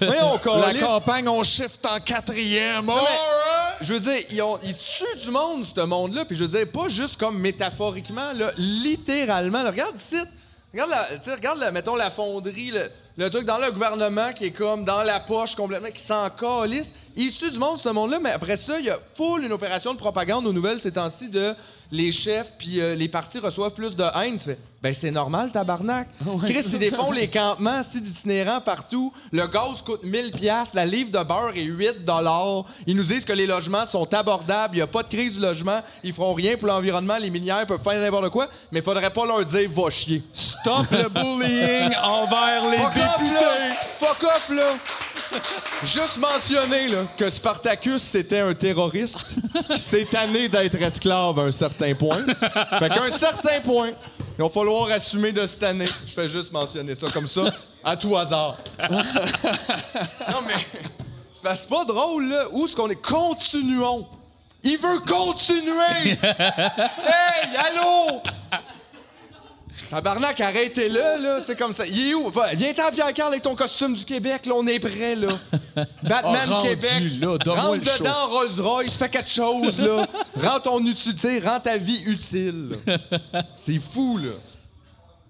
S2: Mais on
S1: La
S2: calisse.
S1: campagne, on shift en quatrième.
S2: Non, mais, je veux dire, ils, ont- ils tuent du monde, ce monde-là. Puis je veux dire, pas juste comme métaphoriquement, là, littéralement. Là, regarde ici. Regarde, la, tu sais, regarde la- mettons, la fonderie, le, le truc dans le gouvernement qui est comme dans la poche complètement, qui s'en calisse. Ils tuent du monde, ce monde-là. Mais après ça, il y a full une opération de propagande aux nouvelles ces temps-ci de les chefs puis euh, les partis reçoivent plus de haine. Tu fais, ben c'est normal, tabarnak. Chris, ils défont les campements c'est d'itinérants partout. Le gaz coûte 1000 pièces, la livre de beurre est 8 dollars. Ils nous disent que les logements sont abordables, il n'y a pas de crise du logement, ils feront rien pour l'environnement, les minières peuvent faire n'importe quoi, mais faudrait pas leur dire va chier.
S1: Stop le bullying envers les
S2: Fuck off, là! Fuck off, là! Juste mentionner là, que Spartacus, c'était un terroriste qui s'est tanné d'être esclave à un certain point. Fait qu'à un certain point, il va falloir assumer de cette année. Je fais juste mentionner ça comme ça, à tout hasard. non, mais c'est pas- c'est pas drôle, là. Où est-ce qu'on est? Continuons! Il veut continuer! hey, allô? Tabarnak, arrêtez-le, là, tu sais, comme ça. Il est où? Va, viens-t'en, Pierre-Carl, avec ton costume du Québec, là, on est prêt, là. Batman
S1: Ah, rendu,
S2: Québec.
S1: là, donne-moi
S2: rentre
S1: le show.
S2: dedans, Rolls-Royce, fais quelque chose, là. rends ton utilité, rends ta vie utile. C'est fou, là.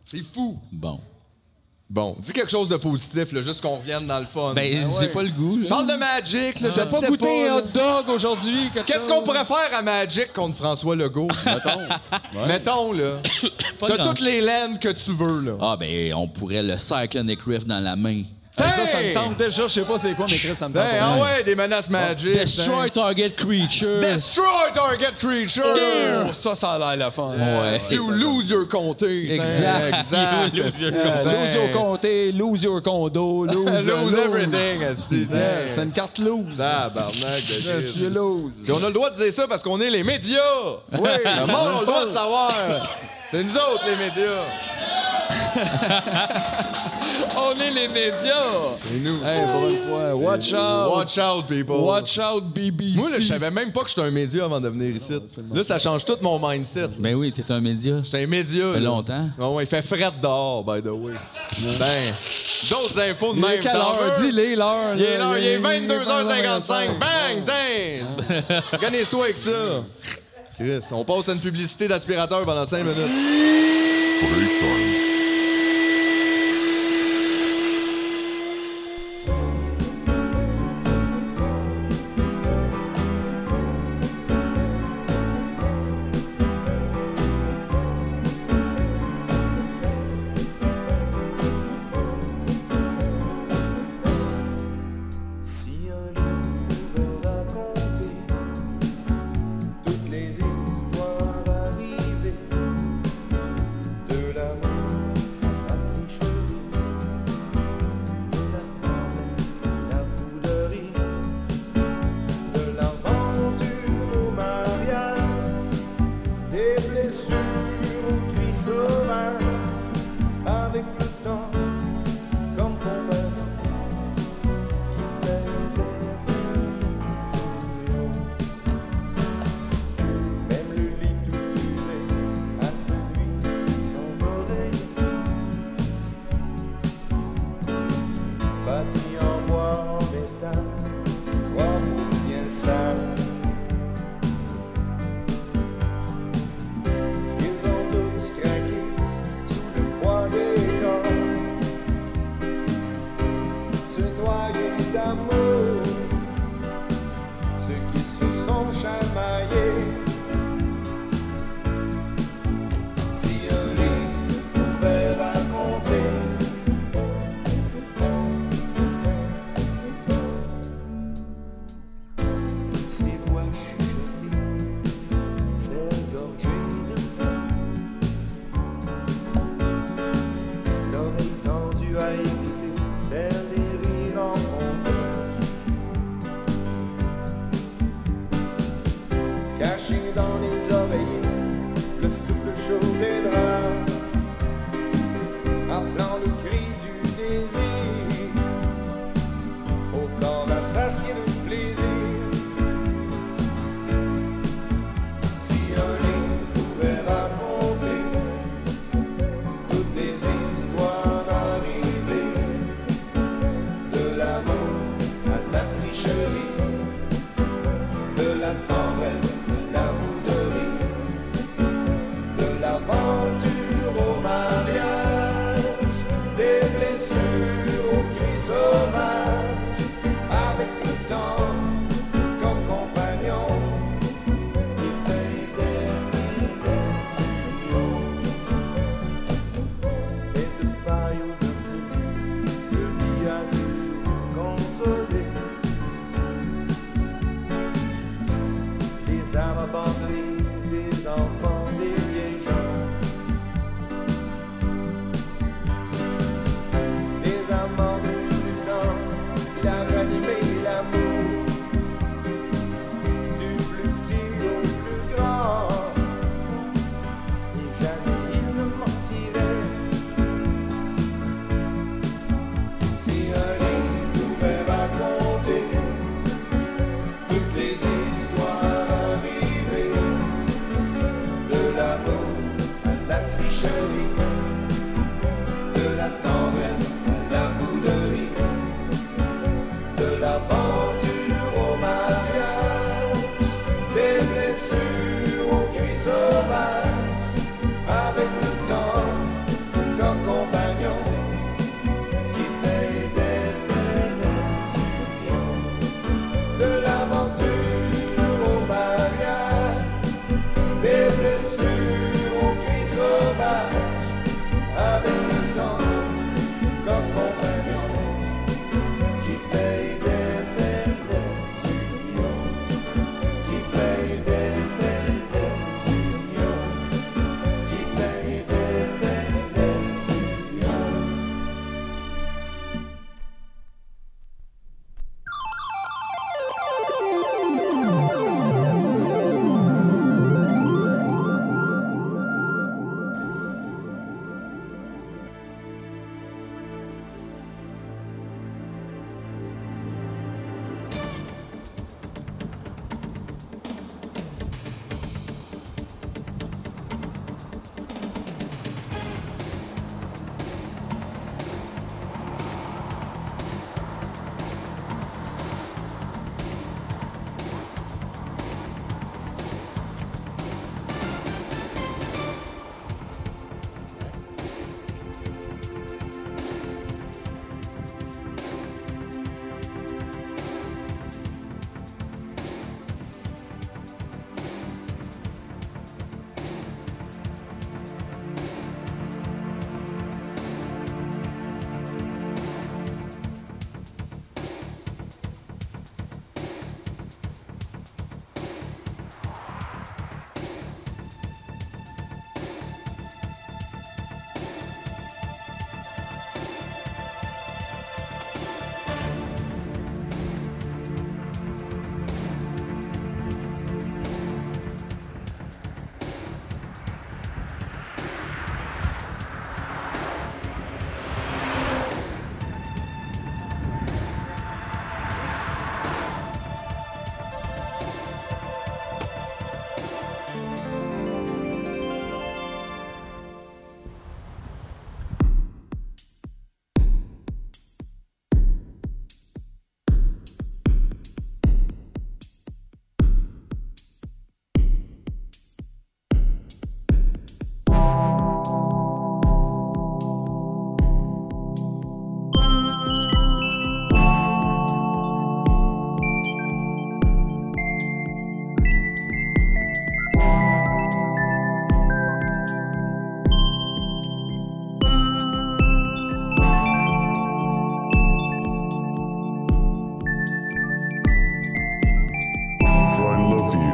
S2: C'est fou.
S3: Bon.
S2: Bon, dis quelque chose de positif, là, juste qu'on revienne dans le fun.
S3: Ben,
S2: Ah ouais.
S3: j'ai pas le goût, là.
S2: Parle de Magic, là, je
S1: J'ai
S2: sais
S1: pas goûté
S2: pas,
S1: un
S2: là.
S1: hot dog aujourd'hui. quelque
S2: Qu'est-ce
S1: chose.
S2: qu'on pourrait faire à Magic contre François Legault? Mettons. Mettons, là.
S3: Pas Ah,
S2: T'as
S3: grand-
S2: toutes les laines que tu veux, là.
S3: Ah, ben, on pourrait le Cyclonic Rift dans la main.
S1: Hey, Ça, ça me tente déjà, je sais pas c'est quoi, mais Chris, ça me tente.
S2: Hey, ah ouais, des menaces magiques.
S3: Destroy Target Creature.
S2: Destroy target creature.
S1: Oh, ça, ça a l'air la fin.
S3: Ouais.
S2: You lose your comté.
S3: Exact.
S2: Exact.
S3: You lose your
S2: Damn.
S1: Lose au comté, lose your condo, lose.
S2: Lose everything, esti.
S1: Yeah,
S2: Damn.
S1: C'est Bah, une carte lose.
S2: Tabarnak de
S1: Je
S2: Christ.
S1: suis lose.
S2: Puis on a le droit de dire ça parce qu'on est les médias. Oui. Le monde a le droit de savoir. C'est nous autres, les médias.
S1: On est les médias.
S2: Et nous.
S1: Hey, pour une fois, watch out.
S2: Watch out, people.
S1: Watch out, BBC.
S2: Moi, là, je savais même pas que j'étais un média avant de venir ici. Là, ça change tout mon mindset.
S3: Ben oui, t'es un média.
S2: J'étais un média.
S3: fait
S2: là.
S3: longtemps.
S2: Ah ouais, il fait fret dehors, by the way. ben, d'autres infos de
S1: Il est
S2: même.
S1: quelle
S2: t'en
S1: heure?
S2: veux?
S1: Dis-les l'heure.
S2: Il est
S1: là.
S2: l'heure, il est
S1: Ouais.
S2: 22h55. Bang, dang! Gagnez-toi avec ça. Chris, on passe à une publicité d'aspirateur pendant 5 minutes.
S5: Si un loup pouvait raconter toutes les histoires arrivées de l'amour à la tricherie, de la tendresse à la bouderie, de l'aventure au mariage, des blessures au cris sauvage, avec le temps comme compagnon. Qui fait des Même le lit tout usé à celui sans oreille Bâti en bois, en métal, bois bien sale Ils ont tous craqué sous le poids des corps se noyer d'amour. Ceux qui se sont chamaillés. Si un livre pouvait raconter toutes ces voix chuchotées, celles gorgées de L'oreille tendue à éviter celle des rires en fronton. Caché dans les oreillers, le souffle chaud des draps, appelant le cri du désir, au corps assassin de plaisir. Si un livre pouvait raconter toutes les histoires arrivées De l'amour à la tricherie De la tendresse à la bouderie De l'aventure au mariage Des blessures au cris sauvage Avec le temps comme compagnon Qui fait des filles unions fait de paille ou de pluie, le lit a toujours consolé. Les âmes abandonnées, des enfants, des vieilles gens. Des amants de tout le temps, il a ranimé l'amour. Du plus petit au plus grand, et jamais il ne mentirait. Si un livre pouvait raconter toutes les histoires arrivées de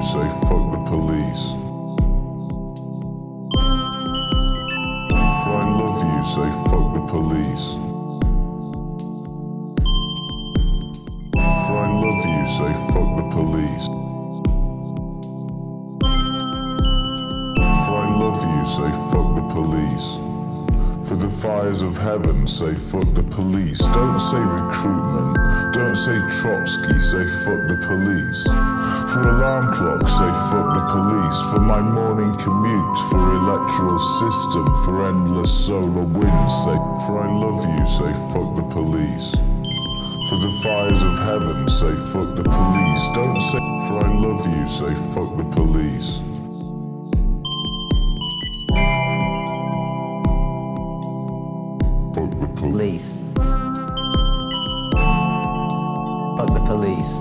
S6: say fuck the police. If I love you, say fuck the police. If I love you, say fuck the police. If I love you, say fuck the police. For the fires of heaven, say fuck the police. Don't say recruitment. Don't say Trotsky, say fuck the police. For alarm clocks, say fuck the police. For my morning commute, for electoral system, for endless solar winds, say for I love you, say fuck the police. For the fires of heaven, say fuck the police. Don't say for I love you, say fuck the police. Fuck the police.
S7: police. Fuck the police.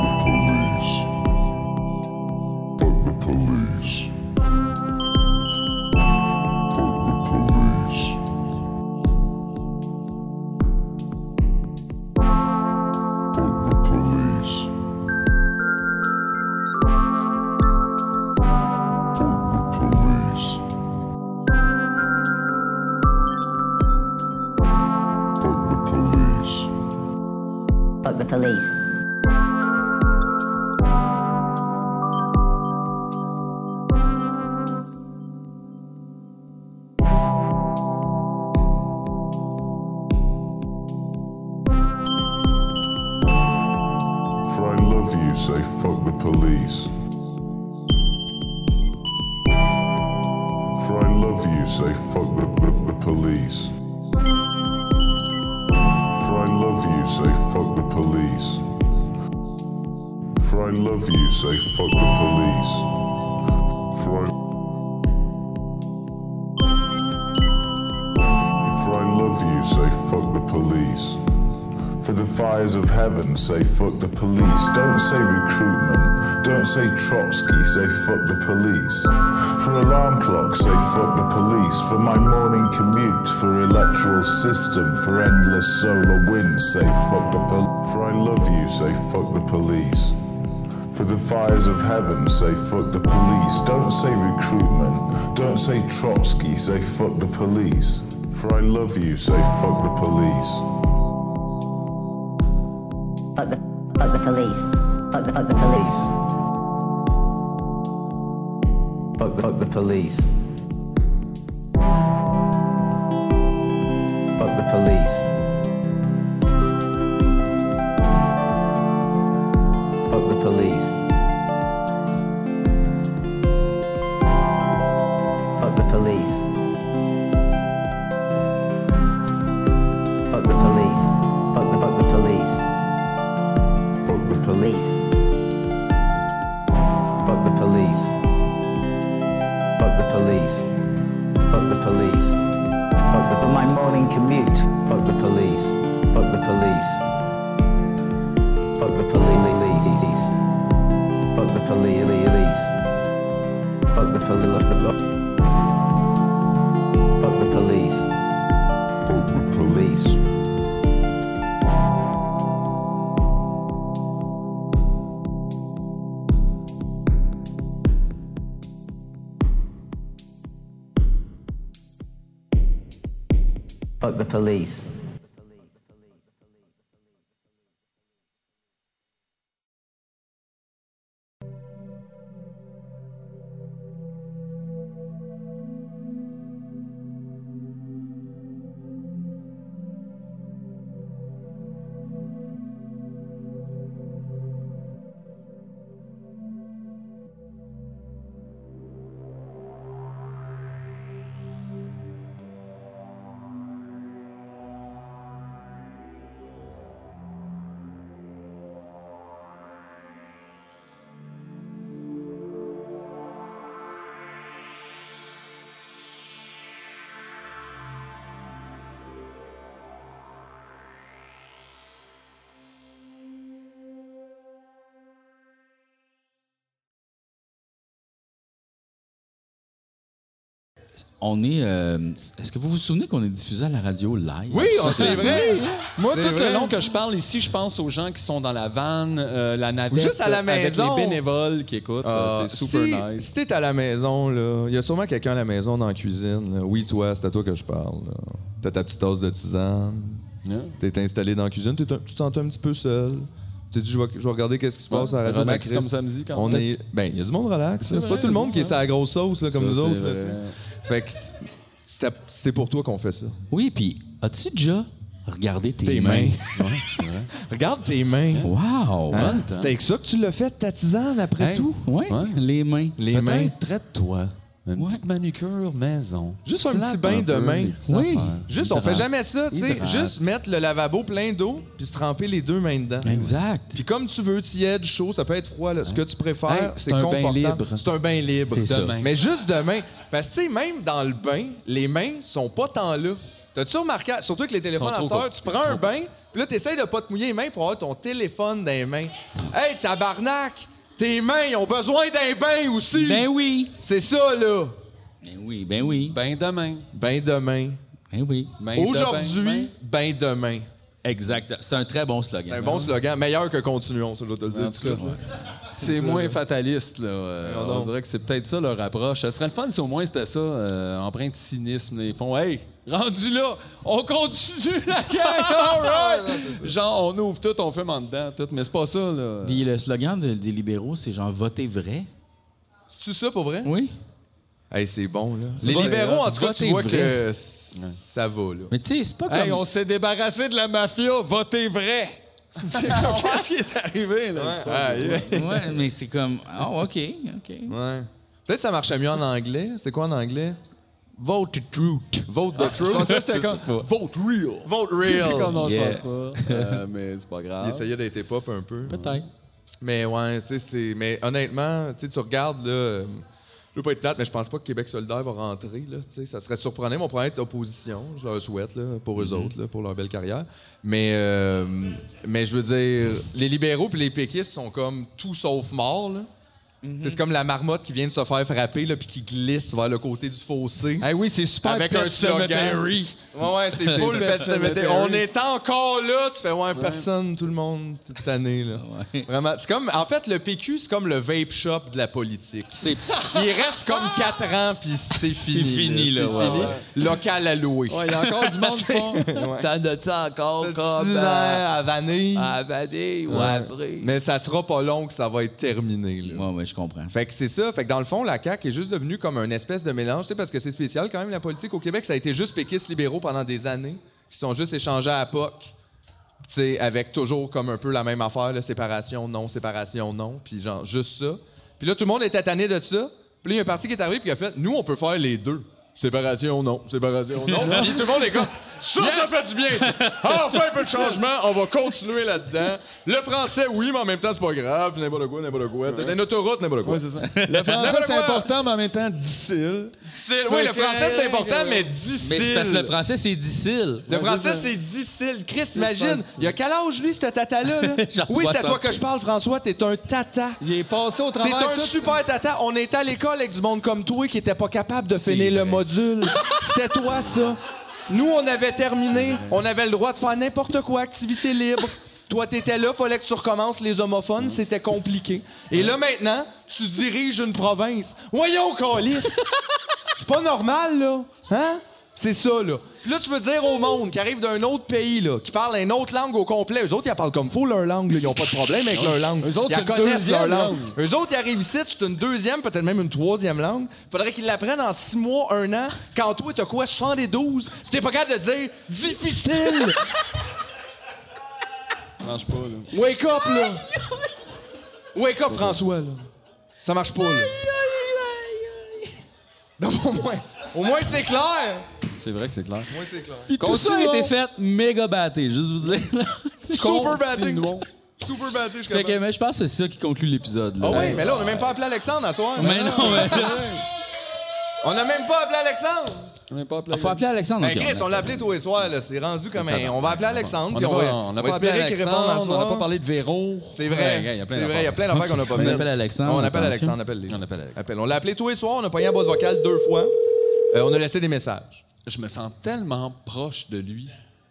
S6: Fuck the police. Fuck the police. Fuck the police. Fuck the police. Fuck the police.
S7: Fuck the police.
S6: For I love you, say fuck the police. For I love you, say fuck the, the, the police. For I love you, say fuck the police. For I love you, say fuck the police. For I For I love you, say fuck the police. For the fires of heaven, say fuck the police. Don't say recruitment. Don't say Trotsky, say fuck the police. For alarm clocks, say fuck the police. For my morning commute, for electoral system, for endless solar winds, say fuck the police. For I love you, say fuck the police. For the fires of heaven, say fuck the police. Don't say recruitment. Don't say Trotsky, say fuck the police. For I love you, say fuck the police.
S7: Fuck the fuck the police. Fuck the fuck the police. Fuck the fuck the police. Fuck the police. Fuck the police. Fuck the police. Fuck the police. Fuck the fuck the police. Fuck the police. Fuck the police. Fuck the police. Fuck the police. Fuck the my morning commute. Fuck the police. Fuck the police. Fuck the police. Fuck the police. Fuck the police. Fuck the police. Fuck the police. Fuck the police.
S3: on est. euh, Est-ce que vous vous souvenez qu'on est diffusé à la radio live?
S2: Oui, on- c'est vrai.
S1: Moi,
S2: C'est
S1: tout
S2: vrai.
S1: le long que je parle ici, je pense aux gens qui sont dans la vanne, euh, la navette,
S2: Ou juste à la
S1: euh,
S2: maison.
S1: avec les bénévoles qui écoutent.
S2: Ah,
S1: euh, c'est super
S2: si,
S1: nice.
S2: Si t'es à la maison, là, il y a sûrement quelqu'un à la maison dans la cuisine. là. Oui, toi, c'est à toi que je parle. là. T'as ta petite tasse de tisane.
S1: Yeah.
S2: T'es installé dans la cuisine. t'es un- tu te sens un petit peu seul. Tu te dis, je vais, je vais regarder qu'est-ce qui se passe à la radio.
S1: relax
S2: Ben, Chris,
S1: comme samedi, quand
S2: on
S1: même.
S2: est, Ben, il y a du monde relax. là. C'est
S1: vrai,
S2: pas tout le monde
S1: c'est
S2: qui est à la grosse sauce, là, comme
S1: Ça,
S2: nous
S1: c'est
S2: autres. là,
S1: vrai.
S2: t'sais. fait que c'est- c'est c'est pour toi qu'on fait ça.
S3: Oui, puis as-tu déjà regardé tes,
S2: Tes
S3: mains?
S2: mains. Regarde tes mains.
S3: Wow!
S2: Hein?
S1: bonne, hein?
S2: C'était avec ça que tu l'as fait, ta tisane, après
S1: Hey.
S2: tout.
S3: Oui,
S1: Ouais.
S3: les mains.
S2: Les mains.
S1: Peut-être traite-toi. Une
S3: Ouais.
S1: petite manucure maison.
S2: Juste un
S1: Flatte
S2: petit bain
S1: un
S2: de
S1: peu
S2: main.
S1: les petites
S3: Oui.
S1: affaires.
S2: Juste, on fait
S1: Hydrate.
S2: jamais ça, tu sais.
S1: Hydrate.
S2: Juste mettre le lavabo plein d'eau puis se tremper les deux mains dedans.
S3: Exact.
S2: Puis comme tu veux, tiède, chaud, ça peut être froid, là, ce que tu préfères,
S1: Hein? Hey,
S2: c'est
S1: c'est un bain
S2: confortable.
S1: libre.
S2: C'est un bain libre.
S3: C'est ça.
S2: Mais juste demain. Parce que, tu sais, même dans le bain, les mains sont pas tant là. T'as-tu remarqué, surtout avec les téléphones
S1: Sont
S2: à cette
S1: trop
S2: heure, tu prends un bain, puis là, t'essayes de pas te mouiller les mains pour avoir ton téléphone dans les mains. Hey, tabarnak! Tes mains, ils ont besoin d'un bain aussi!
S3: Ben oui!
S2: C'est ça, là!
S3: Ben oui, ben oui.
S1: Bain de main.
S2: Bain demain.
S3: Ben oui.
S1: Bain de bain.
S2: Aujourd'hui, bain demain.
S3: Exact. C'est un très bon slogan.
S2: C'est un bon slogan, meilleur que continuons, ça, je dois te le dire.
S1: En
S2: tout
S1: tout
S2: de
S1: cas,
S2: suite, là.
S1: C'est moins fataliste, là. Euh,
S2: Non, non.
S1: on dirait que c'est peut-être ça leur approche. Ça serait le fun si au moins c'était ça, euh, empreinte de cynisme. là. Ils font Hey, rendu là, on continue la gang,
S2: Ah,
S1: all right! Genre, on ouvre tout, on fume en dedans, tout. Mais c'est pas ça, là.
S3: Puis le slogan de- des libéraux, c'est genre voter vrai.
S2: C'est-tu ça pour vrai?
S3: Oui.
S2: Hey, c'est bon, là. Les
S3: Vote-
S2: libéraux, en tout cas,
S3: vote
S2: tu
S3: est
S2: vois
S3: vrai.
S2: que c- ça va, là.
S3: Mais tu sais, c'est pas
S1: Hey,
S3: comme.
S1: on s'est débarrassé de la mafia, votez vrai! Qu'est-ce qui est arrivé, là? C'est pas-
S3: Ouais, mais c'est comme. Oh, OK, OK.
S2: Ouais. Peut-être que ça marchait mieux en anglais. C'est quoi en anglais?
S3: Vote the truth.
S2: Vote the truth.
S1: Ça, c'était comme vote real.
S2: Vote
S1: C'est comme,
S2: real.
S1: non, je
S3: Yeah.
S1: pense pas. Euh, mais c'est pas grave.
S2: Il essayait d'être hip hop un peu.
S3: Peut-être.
S2: Mais ouais, tu sais, c'est. Mais honnêtement, tu sais, tu regardes, là. euh, Je veux pas être plate, mais je pense pas que Québec solidaire va rentrer, là. Tu sais, ça serait surprenant. Ils vont probablement être opposition. Je leur souhaite, là, pour eux autres, là, pour leur belle carrière. Mais, euh, mais je veux dire, les libéraux puis les péquistes sont comme tout sauf morts, là. C'est comme la marmotte qui vient de se faire frapper, là, puis qui glisse vers le côté du fossé.
S1: Hey, oui, c'est super.
S2: Avec
S1: Pet
S2: un slogan.
S1: Sematary.
S2: Ouais, ouais, c'est full
S1: Pet
S2: Pet Sematary.
S1: Sematary.
S2: On est encore là. Tu fais, ouais, personne, tout le monde, toute année, là.
S3: Ouais.
S2: Vraiment. C'est comme, en fait, le PQ, c'est comme le vape shop de la politique.
S3: C'est
S2: Il reste comme 4 ans, puis c'est fini.
S3: C'est fini,
S2: là,
S3: là,
S2: c'est
S3: ouais,
S2: fini. Local à louer.
S1: Ouais, il y a encore du monde qui font. T'en as-tu encore comme.
S2: Six ans
S1: euh,
S2: à vanille.
S1: à Vadé ou à Azré.
S2: Mais ça sera pas long que ça va être terminé. Là.
S3: Ouais, ouais, je comprends.
S2: Fait que c'est ça. Fait que dans le fond, la CAQ est juste devenue comme un espèce de mélange, tu sais, parce que c'est spécial quand même, la politique au Québec. Ça a été juste péquistes libéraux pendant des années, qui sont juste échangés à POC. Tu sais, avec toujours comme un peu la même affaire, là, séparation, non, séparation, non, puis genre juste ça. Puis là, tout le monde était tanné de ça. Puis là, il y a un parti qui est arrivé, puis qui a fait, nous, on peut faire les deux. Séparation, non. Séparation, non. puis tout le monde est comme, ça, ça fait du bien, ça. Enfin, un peu de changement, on va continuer là-dedans. Le français, oui, mais en même temps, c'est pas grave, n'importe quoi, n'importe quoi. T'as une autoroute, n'importe quoi.
S1: Le français, c'est
S2: N'importe quoi.
S1: important, mais en même temps, difficile.
S2: Oui, le
S1: Fait que-
S2: français, c'est important, mais difficile.
S3: Mais c'est parce que le français, c'est difficile.
S2: Le français, c'est difficile. Chris, imagine, il a quel âge, lui, ce tata-là? là?
S3: Genre
S2: oui, c'est à
S3: 60.
S2: toi que je parle, François. T'es un tata.
S1: Il est passé au
S2: T'es
S1: travers.
S2: un
S1: tout-
S2: super tata. On était à l'école avec du monde comme toi qui était pas capable de finir le
S3: vrai.
S2: module. C'était toi, ça. Nous, on avait terminé. On avait le droit de faire n'importe quoi, activité libre. Toi, t'étais là, fallait que tu recommences les homophones, c'était compliqué. Et là, maintenant, tu diriges une province. Voyons, Calice! C'est pas normal, là. Hein? C'est ça, là. Puis là, tu veux dire au monde qui arrive d'un autre pays, là, qui parle une autre langue au complet. Eux autres, ils la parlent comme faux, leur langue. là. Ils ont pas de problème avec leur langue.
S1: Eux autres,
S2: ils la
S1: c'est une
S2: connaissent, leur
S1: deuxième
S2: langue.
S1: langue.
S2: Eux autres, ils arrivent ici, c'est une deuxième, peut-être même une troisième langue. Faudrait qu'ils l'apprennent en six mois, un an, quand toi, t'as quoi, 72? Puis T'es pas capable de dire « difficile
S1: Mange pas, là. ».
S2: Wake up, là! Wake up, François, là. Ça marche pas, là. Donc, au moins, au moins c'est clair.
S1: C'est vrai que c'est clair.
S3: Puis tout ça a
S1: Continuons.
S3: été fait méga batté, juste vous dire. là.
S2: Super batté.
S1: Continuons.
S2: Super batté, je suis
S3: Fait
S2: capable.
S3: que, mais je pense que c'est ça qui conclut l'épisode. là.
S2: Ah oui, mais là, on n'a même pas appelé Alexandre à soir.
S3: Mais
S2: là.
S3: non, mais.
S2: On n'a même pas appelé Alexandre.
S1: On est pas appelé.
S3: Faut appeler Alexandre.
S1: Ben,
S2: Hey,
S3: ok,
S2: Chris,
S3: on
S2: on
S3: a-
S2: l'a appelé tous les soirs. là. C'est rendu comme un... On va appeler Alexandre,
S1: On
S2: puis
S1: n'a
S2: on
S1: pas,
S2: va,
S1: on n'a
S2: on va
S1: pas appelé
S2: espérer qu'il réponde
S1: Alexandre.
S2: à
S1: On
S2: soir.
S1: n'a pas parlé de Véro.
S2: C'est
S1: Ouais, gars, il
S2: vrai.
S1: y a plein
S2: C'est vrai, il y a
S1: d'affaires.
S2: plein d'affaires qu'on n'a pas
S3: On
S2: vues.
S3: appelle Alexandre,
S2: On appelle
S3: attention.
S2: Alexandre, appelle-les.
S1: On appelle Alexandre.
S2: Appelle. On l'a appelé tous les soirs, on a pogné en boîte vocale deux fois. Euh, on a laissé des messages.
S1: Je me sens tellement proche de lui,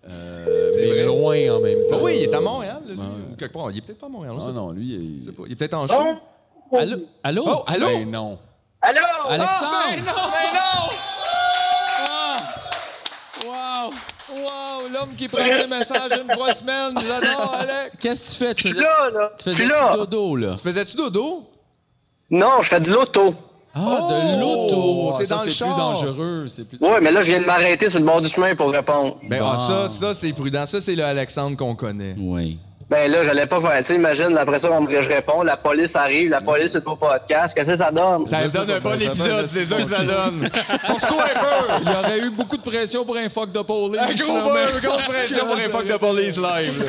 S1: euh,
S2: C'est
S1: mais
S2: vrai. Ah
S1: loin en même temps.
S2: Ben oui, il est à Montréal, là, lui, ou quelque part. Il est peut-être pas à Montréal, on sait
S1: Euh, Ah Non, non, lui, il...
S2: pas. Il est peut-être en show.
S3: Allô? Allô?
S2: Oh, allô?
S1: Ben non.
S7: Allô?
S1: oh,
S2: Ah,
S3: Alexandre?
S2: ben non, ben non!
S3: Wow!
S1: Wow, l'homme qui prend ses messages une fois semaine, j'adore, Alex.
S3: Qu'est-ce que tu fais? Tu
S7: Je suis
S3: faisais,
S7: là, là.
S3: tu
S7: Je
S3: faisais
S7: suis
S3: du
S7: là.
S1: Oh,
S3: dodo, là.
S2: Faisais-tu dodo?
S7: Non, je fais de l'auto.
S3: Ah, de l'auto!
S2: Oh, t'es
S1: ça,
S2: dans le
S1: c'est plus
S2: char.
S1: dangereux, c'est plus...
S7: Ouais, mais là, je viens de m'arrêter sur le bord du chemin pour répondre.
S2: Ben ah, ça, ça c'est prudent. Ça, c'est le Alexandre qu'on connaît.
S3: Oui.
S7: Ben là, j'allais pas faire. Tu sais, imagine, après ça, on me je réponds, la police arrive, la police c'est ton podcast, qu'est-ce que ça donne?
S2: Ça donne un bon
S1: ça
S2: épisode,
S1: donne-
S2: c'est ça que ça donne. Force-toi un peu!
S1: Il y aurait eu beaucoup de pression pour un fuck de police.
S2: Un gros
S1: là,
S2: beurre,
S1: mais-
S2: une grosse pression pour un fuck de police live.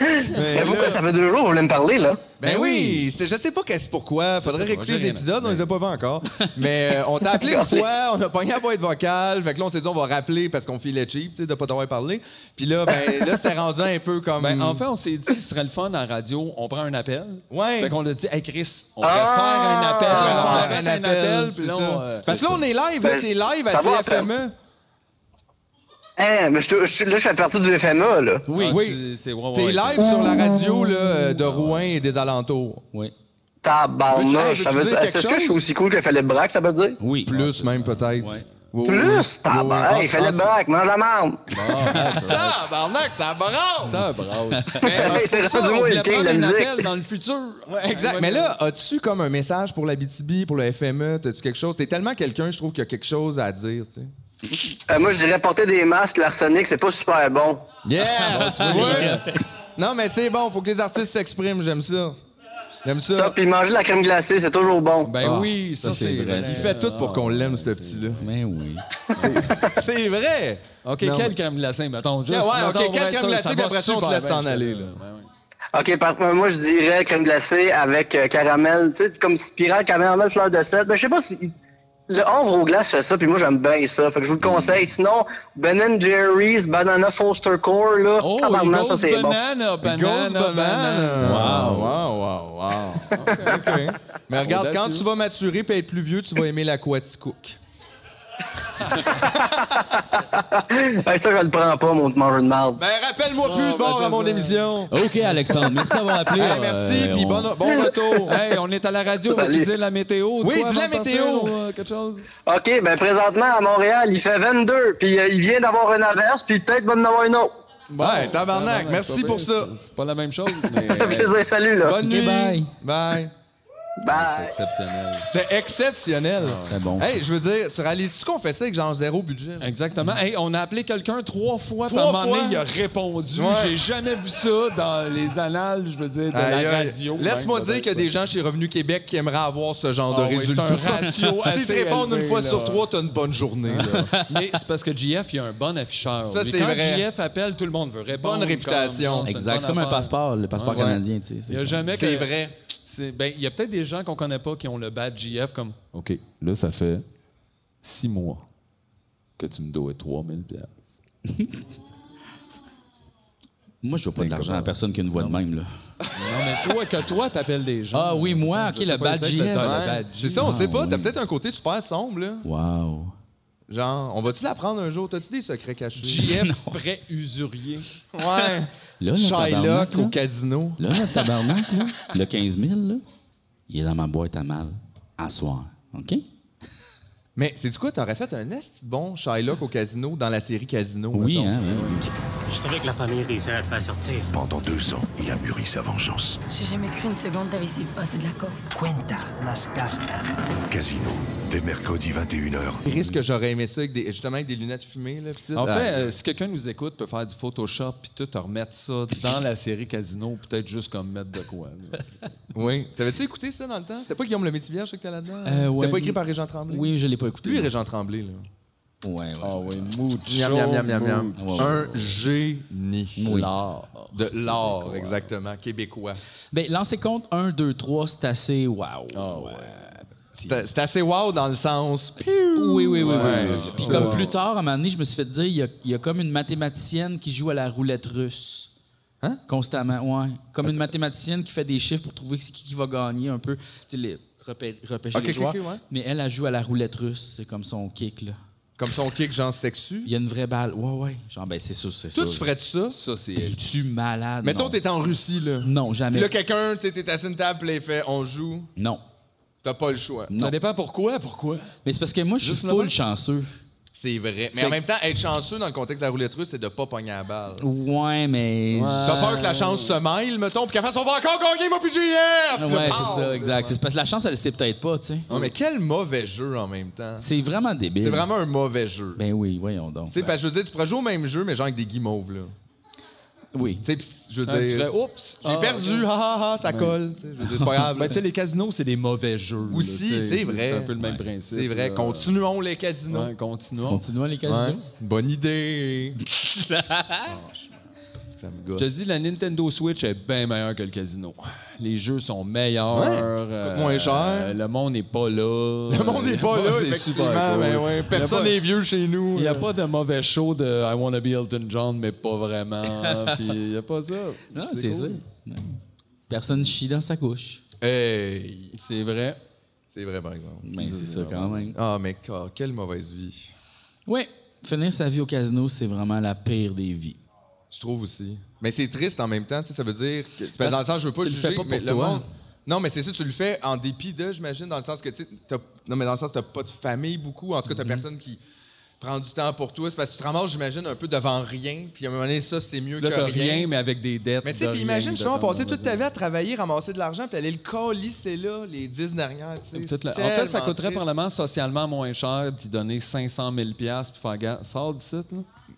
S2: Mais
S7: Mais
S2: là-
S7: vous, ça fait deux jours que vous voulez me parler, là.
S2: ben oui, c'est- je sais pas qu'est-ce pourquoi. Faudrait
S1: Je sais pas,
S2: réécouter
S1: j'ai
S2: les
S1: rien à-
S2: épisodes, on les a pas vus encore. Mais euh, on t'a appelé une fois, on a pogné la boîte vocale. Fait que là, on s'est dit, on va rappeler parce qu'on filait cheap, tu sais, de pas t'avoir parlé. Puis là, ben là, c'était rendu un peu comme.
S1: Ben, en fait, on s'est dit, ce serait le fun en radio, on prend un appel.
S2: Ouais.
S1: Fait qu'on a dit, hey Chris, on
S7: Ah!
S1: pourrait faire un appel.
S7: On
S1: On
S7: pourrait
S1: pourrait
S2: un appel,
S1: puis
S2: c'est
S1: là,
S2: ça.
S1: on, euh,
S2: Parce que là, on est live, là,
S7: Ben,
S2: t'es live
S7: ça va
S2: à
S7: en faire.
S2: CFME.
S7: Hein, mais je, te- je- là, je fais partie du FMA, là.
S1: Oui,
S3: Oui.
S1: tu- t'es ouais,
S2: T'es
S1: ouais.
S2: live sur la radio là, euh, de Rouen et des alentours.
S3: Oui.
S7: Tabarnak,
S2: Veux-tu-
S7: ça
S2: hey,
S7: veut
S2: veux-tu
S7: dire.
S2: dire
S7: Est-ce
S2: quelque
S7: que je suis
S2: chose?
S7: aussi cool que Philippe Braque, ça veut dire?
S3: Oui.
S2: Plus même peut-être. Oui, oui, oui.
S7: Plus, tabarnak.
S2: Oui,
S7: Hey,
S2: oui.
S7: Philippe
S2: Ah,
S7: Braque, mange la marde.
S2: Ah, barnac, ça brasse!
S1: Ça, bravo.
S2: Mais,
S7: Hey, c'est
S1: Ça,
S7: rendu
S1: on
S7: moi
S1: voulait
S7: le king de
S1: prendre
S7: la
S1: un
S7: musique.
S1: appel dans le futur.
S2: exact. Mais là, as-tu comme un message pour la BTB, pour le FME? T'as-tu quelque chose? T'es tellement quelqu'un, je trouve, qu'il y a quelque chose à dire, tu sais.
S7: Euh, moi, je dirais porter des masques, l'arsenic, c'est pas super bon.
S2: Yes! Ah, tu vois? Non, mais c'est bon, faut que les artistes s'expriment, j'aime ça. J'aime
S7: Ça,
S2: ça.
S7: puis manger de la crème glacée, c'est toujours bon.
S1: Ben
S2: Ah,
S1: oui, ça,
S3: ça, c'est
S1: c'est
S3: vrai,
S1: vrai.
S2: Il fait tout pour qu'on l'aime, ce petit-là.
S3: Mais oui.
S2: Ah, C'est vrai!
S1: OK,
S2: Non,
S1: quel
S2: mais-
S1: crème glacée, mettons. Juste,
S2: Ben Ouais, ouais,
S1: mettons,
S2: OK, quel
S1: pour être
S2: crème
S1: sûr,
S2: glacée,
S1: ça
S2: puis
S1: va
S2: après ça, on te
S1: super
S2: laisse
S1: bien,
S2: t'en
S1: je
S2: aller, là.
S1: Ben oui.
S7: OK, par euh, moi, je dirais crème glacée avec euh, caramel, tu sais, comme spiral, caramel, fleur de sel. Ben, je sais pas si... Le Havre aux glaces fait ça, puis moi, j'aime bien ça. Fait que je vous le conseille. Sinon, Ben Jerry's Banana Foster Core, là,
S1: Oh,
S7: tabarnak,
S1: les
S7: ça,
S1: Ghost
S7: c'est bon.
S1: Banana, banana,
S2: Ghost banana.
S1: banana.
S2: Wow, wow, wow, wow. OK, OK. Mais regarde, quand
S1: Audacieux.
S2: tu vas maturer et être plus vieux, tu vas aimer l'Aquaticook.
S7: Hey, ça, je le prends pas, mon mangeur de marde.
S2: Ben, rappelle-moi
S1: Ah,
S2: plus de
S1: ben,
S2: bord à mon émission. Ah,
S3: OK, Alexandre, merci d'avoir appelé.
S2: Hey, Eh, merci,
S3: Euh,
S2: puis
S3: on-
S2: bon, bon retour.
S1: Euh, Hey, on est à la radio, vas-tu
S7: Salut.
S1: dire la météo?
S2: Oui,
S1: toi,
S2: dis la
S1: avant de
S2: météo.
S1: partir, ou, euh, quelque chose?
S7: OK, ben présentement, à Montréal, il fait 22, puis euh, il vient d'avoir une averse, puis peut-être va en avoir une autre.
S2: ouais, tabarnak, merci
S1: c'est pas
S2: pour
S1: bien,
S2: ça.
S1: C'est pas la même chose, mais
S7: Ça fait plaisir, salut, là.
S2: Bonne nuit.
S3: bye.
S2: Bye.
S7: Bye.
S1: exceptionnel.
S2: C'était exceptionnel.
S3: C'était bon.
S2: Hey, je veux dire, tu réalises-tu qu'on fait ça avec genre zéro budget? là?
S1: Exactement. Hey, on a appelé quelqu'un trois fois, puis à un
S2: Trois
S1: moment donné,
S2: fois?
S1: il a répondu.
S2: Ouais.
S1: J'ai jamais vu ça dans les annales, je veux dire, de
S2: Aïe,
S1: la
S2: aïe.
S1: radio.
S2: Laisse-moi
S1: Même,
S2: dire qu'il y a des gens chez Revenu Québec qui aimeraient avoir ce genre
S1: Ah
S2: de
S1: oui, c'est
S2: résultat.
S1: un ratio
S2: si tu
S1: assez
S2: réponds
S1: élevé,
S2: une fois
S1: là.
S2: sur trois, t'as une bonne journée. là.
S1: Mais c'est parce que GF, il a un bon afficheur.
S2: Ça,
S1: Lui,
S2: c'est
S1: quand
S2: vrai.
S1: GF appelle, tout le monde veut répondre.
S2: Bonne réputation.
S1: Comme,
S3: Exact, c'est comme un passeport, le passeport
S1: Ouais, ouais.
S3: canadien, tu sais. c'est
S1: Il y a
S3: comme-
S1: jamais
S2: C'est
S1: que-
S2: vrai.
S1: c'est- ben, il y a peut-être des gens qu'on connaît pas qui ont le badge GF comme. OK, là, ça fait six mois que tu me dois 3000 pièces.
S3: Moi, je dois pas de l'argent à personne qui a une voix de même, là.
S1: Non, mais toi, que toi, t'appelles des gens.
S3: Ah oui, moi, OK,
S1: Je sais
S3: le
S1: pas,
S3: badge
S1: peut-être le
S3: JF.
S1: badge.
S2: Ouais.
S1: badge.
S2: C'est ça, on
S3: Ah,
S2: sait pas. T'as
S3: oui.
S2: peut-être un côté super sombre, là.
S3: Wow.
S2: Genre, on va-tu l'apprendre un jour? T'as-tu des secrets cachés?
S1: GF prêt usurier.
S2: Ouais.
S3: Là, le tabarnak,
S2: Shylock
S3: là.
S2: au casino.
S3: Là, le tabarnak, là, le 15 000, là, il est dans ma boîte à mal, à soir, OK?
S2: Mais c'est du quoi? T'aurais fait un est bon Shylock au casino dans la série Casino.
S3: Oui,
S2: mettons.
S3: hein, oui.
S8: Je savais que la famille réussirait à te faire sortir.
S9: Pendant deux ans, il a mûri sa vengeance.
S10: J'ai jamais cru une seconde t'avais essayé de passer de la côte.
S8: Cuenta las cartas.
S9: Casino, dès mercredi 21h.
S2: Il risque que j'aurais aimé ça avec des, justement avec des lunettes fumées. Là, pis tout.
S1: En fait,
S2: Ah.
S1: euh, si quelqu'un nous écoute, peut faire du Photoshop puis tout, te remettre ça dans la série Casino, peut-être juste comme mettre de quoi. là.
S2: Ah Oui. T'avais-tu écouté ça dans le temps? C'était pas Guillaume le Métivier, je sais que t'es là-dedans.
S3: Euh, ouais.
S2: C'était pas écrit par Régent Tremblay.
S3: Oui, je l'ai pas écouté.
S2: Lui, Régent Tremblay, là.
S3: Ouais, ouais.
S1: Ah oui, mucho.
S2: Miam, miam, miam, miam, miam.
S3: Ouais, ouais.
S2: Un génie.
S3: Oui.
S2: L'art. De l'art, exactement. Québécois.
S3: Ben, lancer compte 1, 2, 3, c'est assez wow.
S2: Ah, C'est c'est assez wow dans le sens.
S3: Oui, oui, oui. oui,
S2: Ouais,
S3: oui.
S2: c'est
S3: Puis
S2: ça.
S3: comme plus tard, à un moment donné, je me suis fait dire, il y a, il y a comme une mathématicienne qui joue à la roulette russe.
S2: Hein?
S3: Constamment, ouais. Comme une mathématicienne qui fait des chiffres pour trouver c'est qui, qui va gagner un peu. Tu sais, les- repê- repêcher
S2: Ok,
S3: les
S2: ok,
S3: joueurs.
S2: ok, ouais.
S3: Mais elle, elle joue à la roulette russe. C'est comme son kick, là.
S2: Comme son kick, genre sexu.
S3: Il y a une vraie balle. Ouais, ouais. Genre, ben, c'est sûr, c'est
S2: Toi,
S3: sûr.
S2: tu ferais ça?
S1: Ça, c'est.
S3: T'es-tu malade?
S2: Mettons,
S3: Non.
S2: t'es en Russie, là.
S3: Non,
S2: Puis
S3: jamais.
S2: là, quelqu'un, tu sais, t'es assis à une table, puis là, il fait on joue.
S3: Non.
S2: T'as pas le choix.
S3: Non.
S1: Ça dépend pourquoi, pourquoi.
S3: Mais c'est parce que moi, je suis
S1: Juste
S3: full
S1: là-bas?
S3: chanceux.
S2: C'est vrai. Mais
S3: Fait-
S2: en même temps, être chanceux dans le contexte de la roulette russe, c'est de pas pogner la balle.
S3: Ouais, mais.
S2: T'as peur que la chance se mêle, mettons, puis qu'elle fasse on va encore gagner, moi, puis JF! Puis là,
S3: Ouais,
S2: pow!
S3: c'est ça, exact. C'est parce que la chance, elle le sait peut-être pas, tu sais.
S2: Ah! Non, mais quel mauvais jeu en même temps.
S3: C'est vraiment débile.
S2: C'est vraiment un mauvais jeu.
S3: Ben oui, voyons donc.
S2: Tu sais, parce que je veux dire, tu pourrais jouer au même jeu, mais genre avec des guimauves, là.
S3: Oui.
S2: Tu sais, pis je veux
S1: Ah, tu
S2: dire.
S1: fais, oups,
S2: J'ai
S1: ah,
S2: perdu,
S1: ok.
S2: ha ha ha, ça colle. Tu sais, Je veux dire, c'est pas grave.
S1: Ben,
S2: là.
S1: tu sais, les casinos, c'est des mauvais jeux. là,
S2: Aussi,
S1: tu sais,
S2: c'est vrai.
S1: C'est un peu le même
S3: Ouais.
S1: principe.
S2: c'est vrai.
S1: là.
S2: Continuons les casinos.
S1: Ouais, continuons.
S3: Continuons les
S2: Ouais.
S3: casinos.
S2: Bonne idée.
S1: Ah, Je te dis, la Nintendo Switch est bien meilleure que le casino. Les jeux sont meilleurs.
S2: Ouais.
S1: euh,
S2: Coûte moins cher.
S1: euh, le monde n'est pas là.
S2: Le monde n'est pas
S1: Ouais,
S2: là,
S1: c'est
S2: effectivement.
S1: super cool.
S2: ben ouais, Personne
S1: Il y a
S2: n'est vieux chez nous.
S1: Il n'y a pas de mauvais show de I Wanna Be Elton John, mais pas vraiment. Puis il n'y a pas ça.
S3: Non, Ah, c'est
S1: cool.
S3: ça. Ouais. Personne chie dans sa couche.
S2: Hey,
S1: C'est vrai.
S2: c'est vrai, par exemple.
S1: Ben,
S3: Mais c'est ça quand même.
S2: Ah, mais ca- quelle mauvaise vie.
S3: Oui, finir sa vie au casino, c'est vraiment la pire des vies.
S2: Je trouve aussi. Mais c'est triste en même temps, tu sais, ça veut dire que c'est parce que dans le sens je veux pas
S3: tu le
S2: juger
S3: fais pas
S2: mais
S3: pour toi.
S2: Non, mais c'est ça tu le fais en dépit de, j'imagine dans le sens que tu sais, t'as- non mais dans le sens t'as pas de famille beaucoup, en tout cas t'as personne qui prend du temps pour toi, c'est parce que tu te ramasses, j'imagine un peu devant rien, puis à un moment donné ça c'est mieux
S1: Là,
S2: que
S1: t'as rien,
S2: rien.
S1: mais avec des dettes.
S2: Mais tu sais,
S1: de
S2: puis
S1: rien,
S2: imagine
S1: de
S2: justement
S1: temps,
S2: passer
S1: de
S2: toute ta vie à travailler, ramasser de l'argent, puis aller le colisser là les 10 dernières, tu sais.
S1: Peut-être
S2: c'est
S1: le- En fait, Ah, ça
S2: tellement
S1: coûterait
S2: triste.
S1: probablement socialement moins cher d'y donner 500 000 piastres puis faire gars, sors d'ici, là.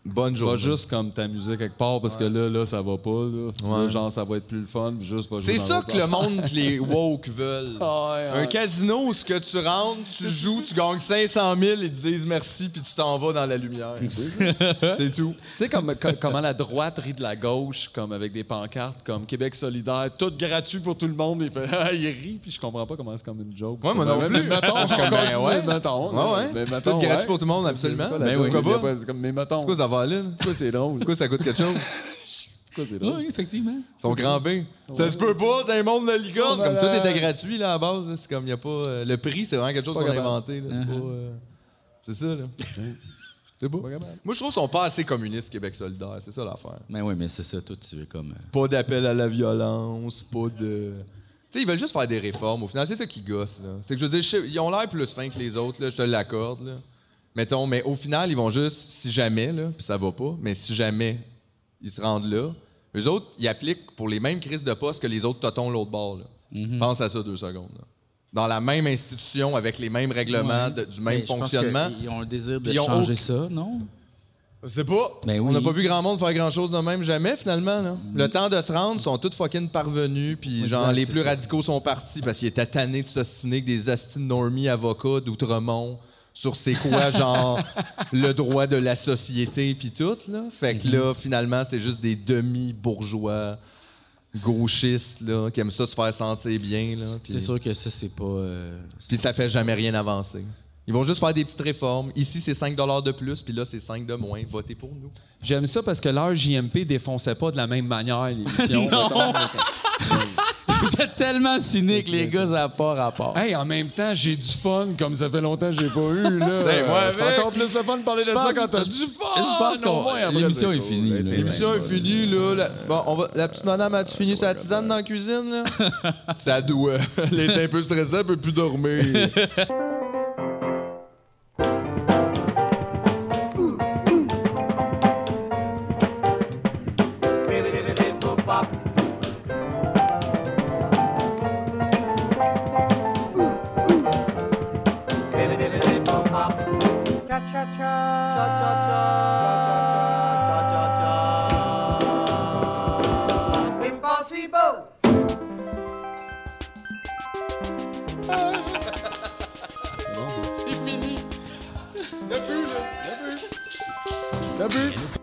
S2: bonne
S1: Pas
S2: journée.
S1: juste comme t'amuser quelque part parce que là, là, ça va pas. Là. Là, genre, ça va être plus le fun. puis Juste, va jouer
S2: C'est
S1: dans
S2: ça
S1: l'autre
S2: que le
S1: affaire.
S2: monde, que les woke veulent.
S1: Ouais, ouais.
S2: Un casino où ce que tu rentres, tu joues, tu gagnes 500 000, ils te disent merci, puis tu t'en vas dans la lumière. C'est tout.
S1: Tu sais, comme, comme- comment la droite rit de la gauche, comme avec des pancartes comme Québec solidaire, tout gratuit pour tout le monde. Il fait, ah, il rit, puis je comprends pas comment c'est comme une joke.
S2: Ouais, moi non
S1: mais,
S2: plus.
S1: mais mettons,
S2: Je suis
S1: on
S2: comme, ben
S1: continue,
S2: ouais.
S1: mettons.
S2: Ouais, Ben, ouais.
S1: Mais
S2: Tout
S1: mettons,
S2: gratuit
S1: ouais.
S2: pour tout le monde, absolument.
S1: C'est pas la
S2: Ben
S1: joke,
S2: oui.
S1: il y a
S2: Pourquoi pas?
S1: c'est comme, mais mettons.
S2: C'est quoi ça valine?
S1: Pourquoi c'est drôle?
S2: Pourquoi ça coûte quelque chose?
S1: Pourquoi c'est drôle?
S3: Oui, effectivement.
S2: Son grand B. Ça se peut pas dans le monde de la licorne.
S1: Voilà.
S2: Comme tout était gratuit, là, à base, là, c'est comme, il a pas... euh, le prix, c'est vraiment quelque chose
S1: Pas
S2: qu'on a
S1: capable.
S2: inventé. là, C'est pas... euh, C'est ça, là. C'est beau.
S1: Pas capable.
S2: Moi, je trouve qu'ils sont pas assez communistes, Québec solidaire. C'est ça, l'affaire.
S3: Mais Ben oui, mais c'est ça, toi, tu es comme. euh,
S2: Pas d'appel à la violence, pas de. Tu sais, ils veulent juste faire des réformes. Au final, c'est ça qui gosse. là. C'est que je veux dire, je sais- ils ont l'air plus fins que les autres, là, je te l'accorde. là. Mettons, mais au final, ils vont juste, si jamais, là, puis ça va pas, mais si jamais ils se rendent là, eux autres, ils appliquent pour les mêmes crises de poste que les autres totons l'autre bord. là. Pense à ça deux secondes. là. Dans la même institution, avec les mêmes règlements, de- du
S3: mais Ben,
S2: même
S3: je pense
S2: fonctionnement.
S3: que Ils ont le désir de
S2: Puis ils ont
S3: changer
S2: aucun-
S3: ça, non?
S2: Je sais pas.
S3: Ben
S2: On
S3: oui. Mm.
S2: n'a pas vu grand monde faire grand chose de même jamais, finalement. là. Le temps de se rendre, sont tous fucking parvenus. Puis,
S3: Exact,
S2: genre, les
S3: c'est
S2: plus
S3: ça.
S2: radicaux sont partis parce qu'ils étaient tannés de s'ostiner avec des astis de normies avocats d'Outremont sur c'est quoi, genre, le droit de la société, puis tout. Là. Fait que
S3: Mm-hmm.
S2: là, finalement, c'est juste des demi-bourgeois gauchistes là, qui aiment ça se faire sentir bien. Là, puis-
S3: C'est sûr que ça, c'est pas. euh,
S2: puis ça fait jamais rien avancer. Ils vont juste faire des petites réformes. Ici, c'est 5 de plus, puis là, c'est 5 de moins. Votez pour nous.
S1: J'aime ça parce que leur JMP défonçait pas de la même manière l'émission.
S3: Vous êtes tellement cyniques, les gars, ça n'a pas rapport.
S1: Hey, en même temps, j'ai du fun comme ça fait longtemps que j'ai pas eu. là.
S2: C'est moi
S1: Euh, C'est
S2: avec.
S1: encore plus le fun de parler de
S3: Je
S1: ça
S3: pense-
S1: quand t'as
S3: je-
S1: du fun. ben,
S3: je pense qu'on-
S1: au moins, après,
S3: l'émission
S1: c'est
S3: est
S1: cool.
S3: finie, là.
S1: T'es
S2: L'émission
S1: bien
S2: est finie, là. La... Bon, on va... La petite madame, as-tu fini sa tisane dans la cuisine, là? Ça doit. Elle est un peu stressée, elle peut plus dormir. C'est fini. T'as plus, là. T'as plus. T'as plus.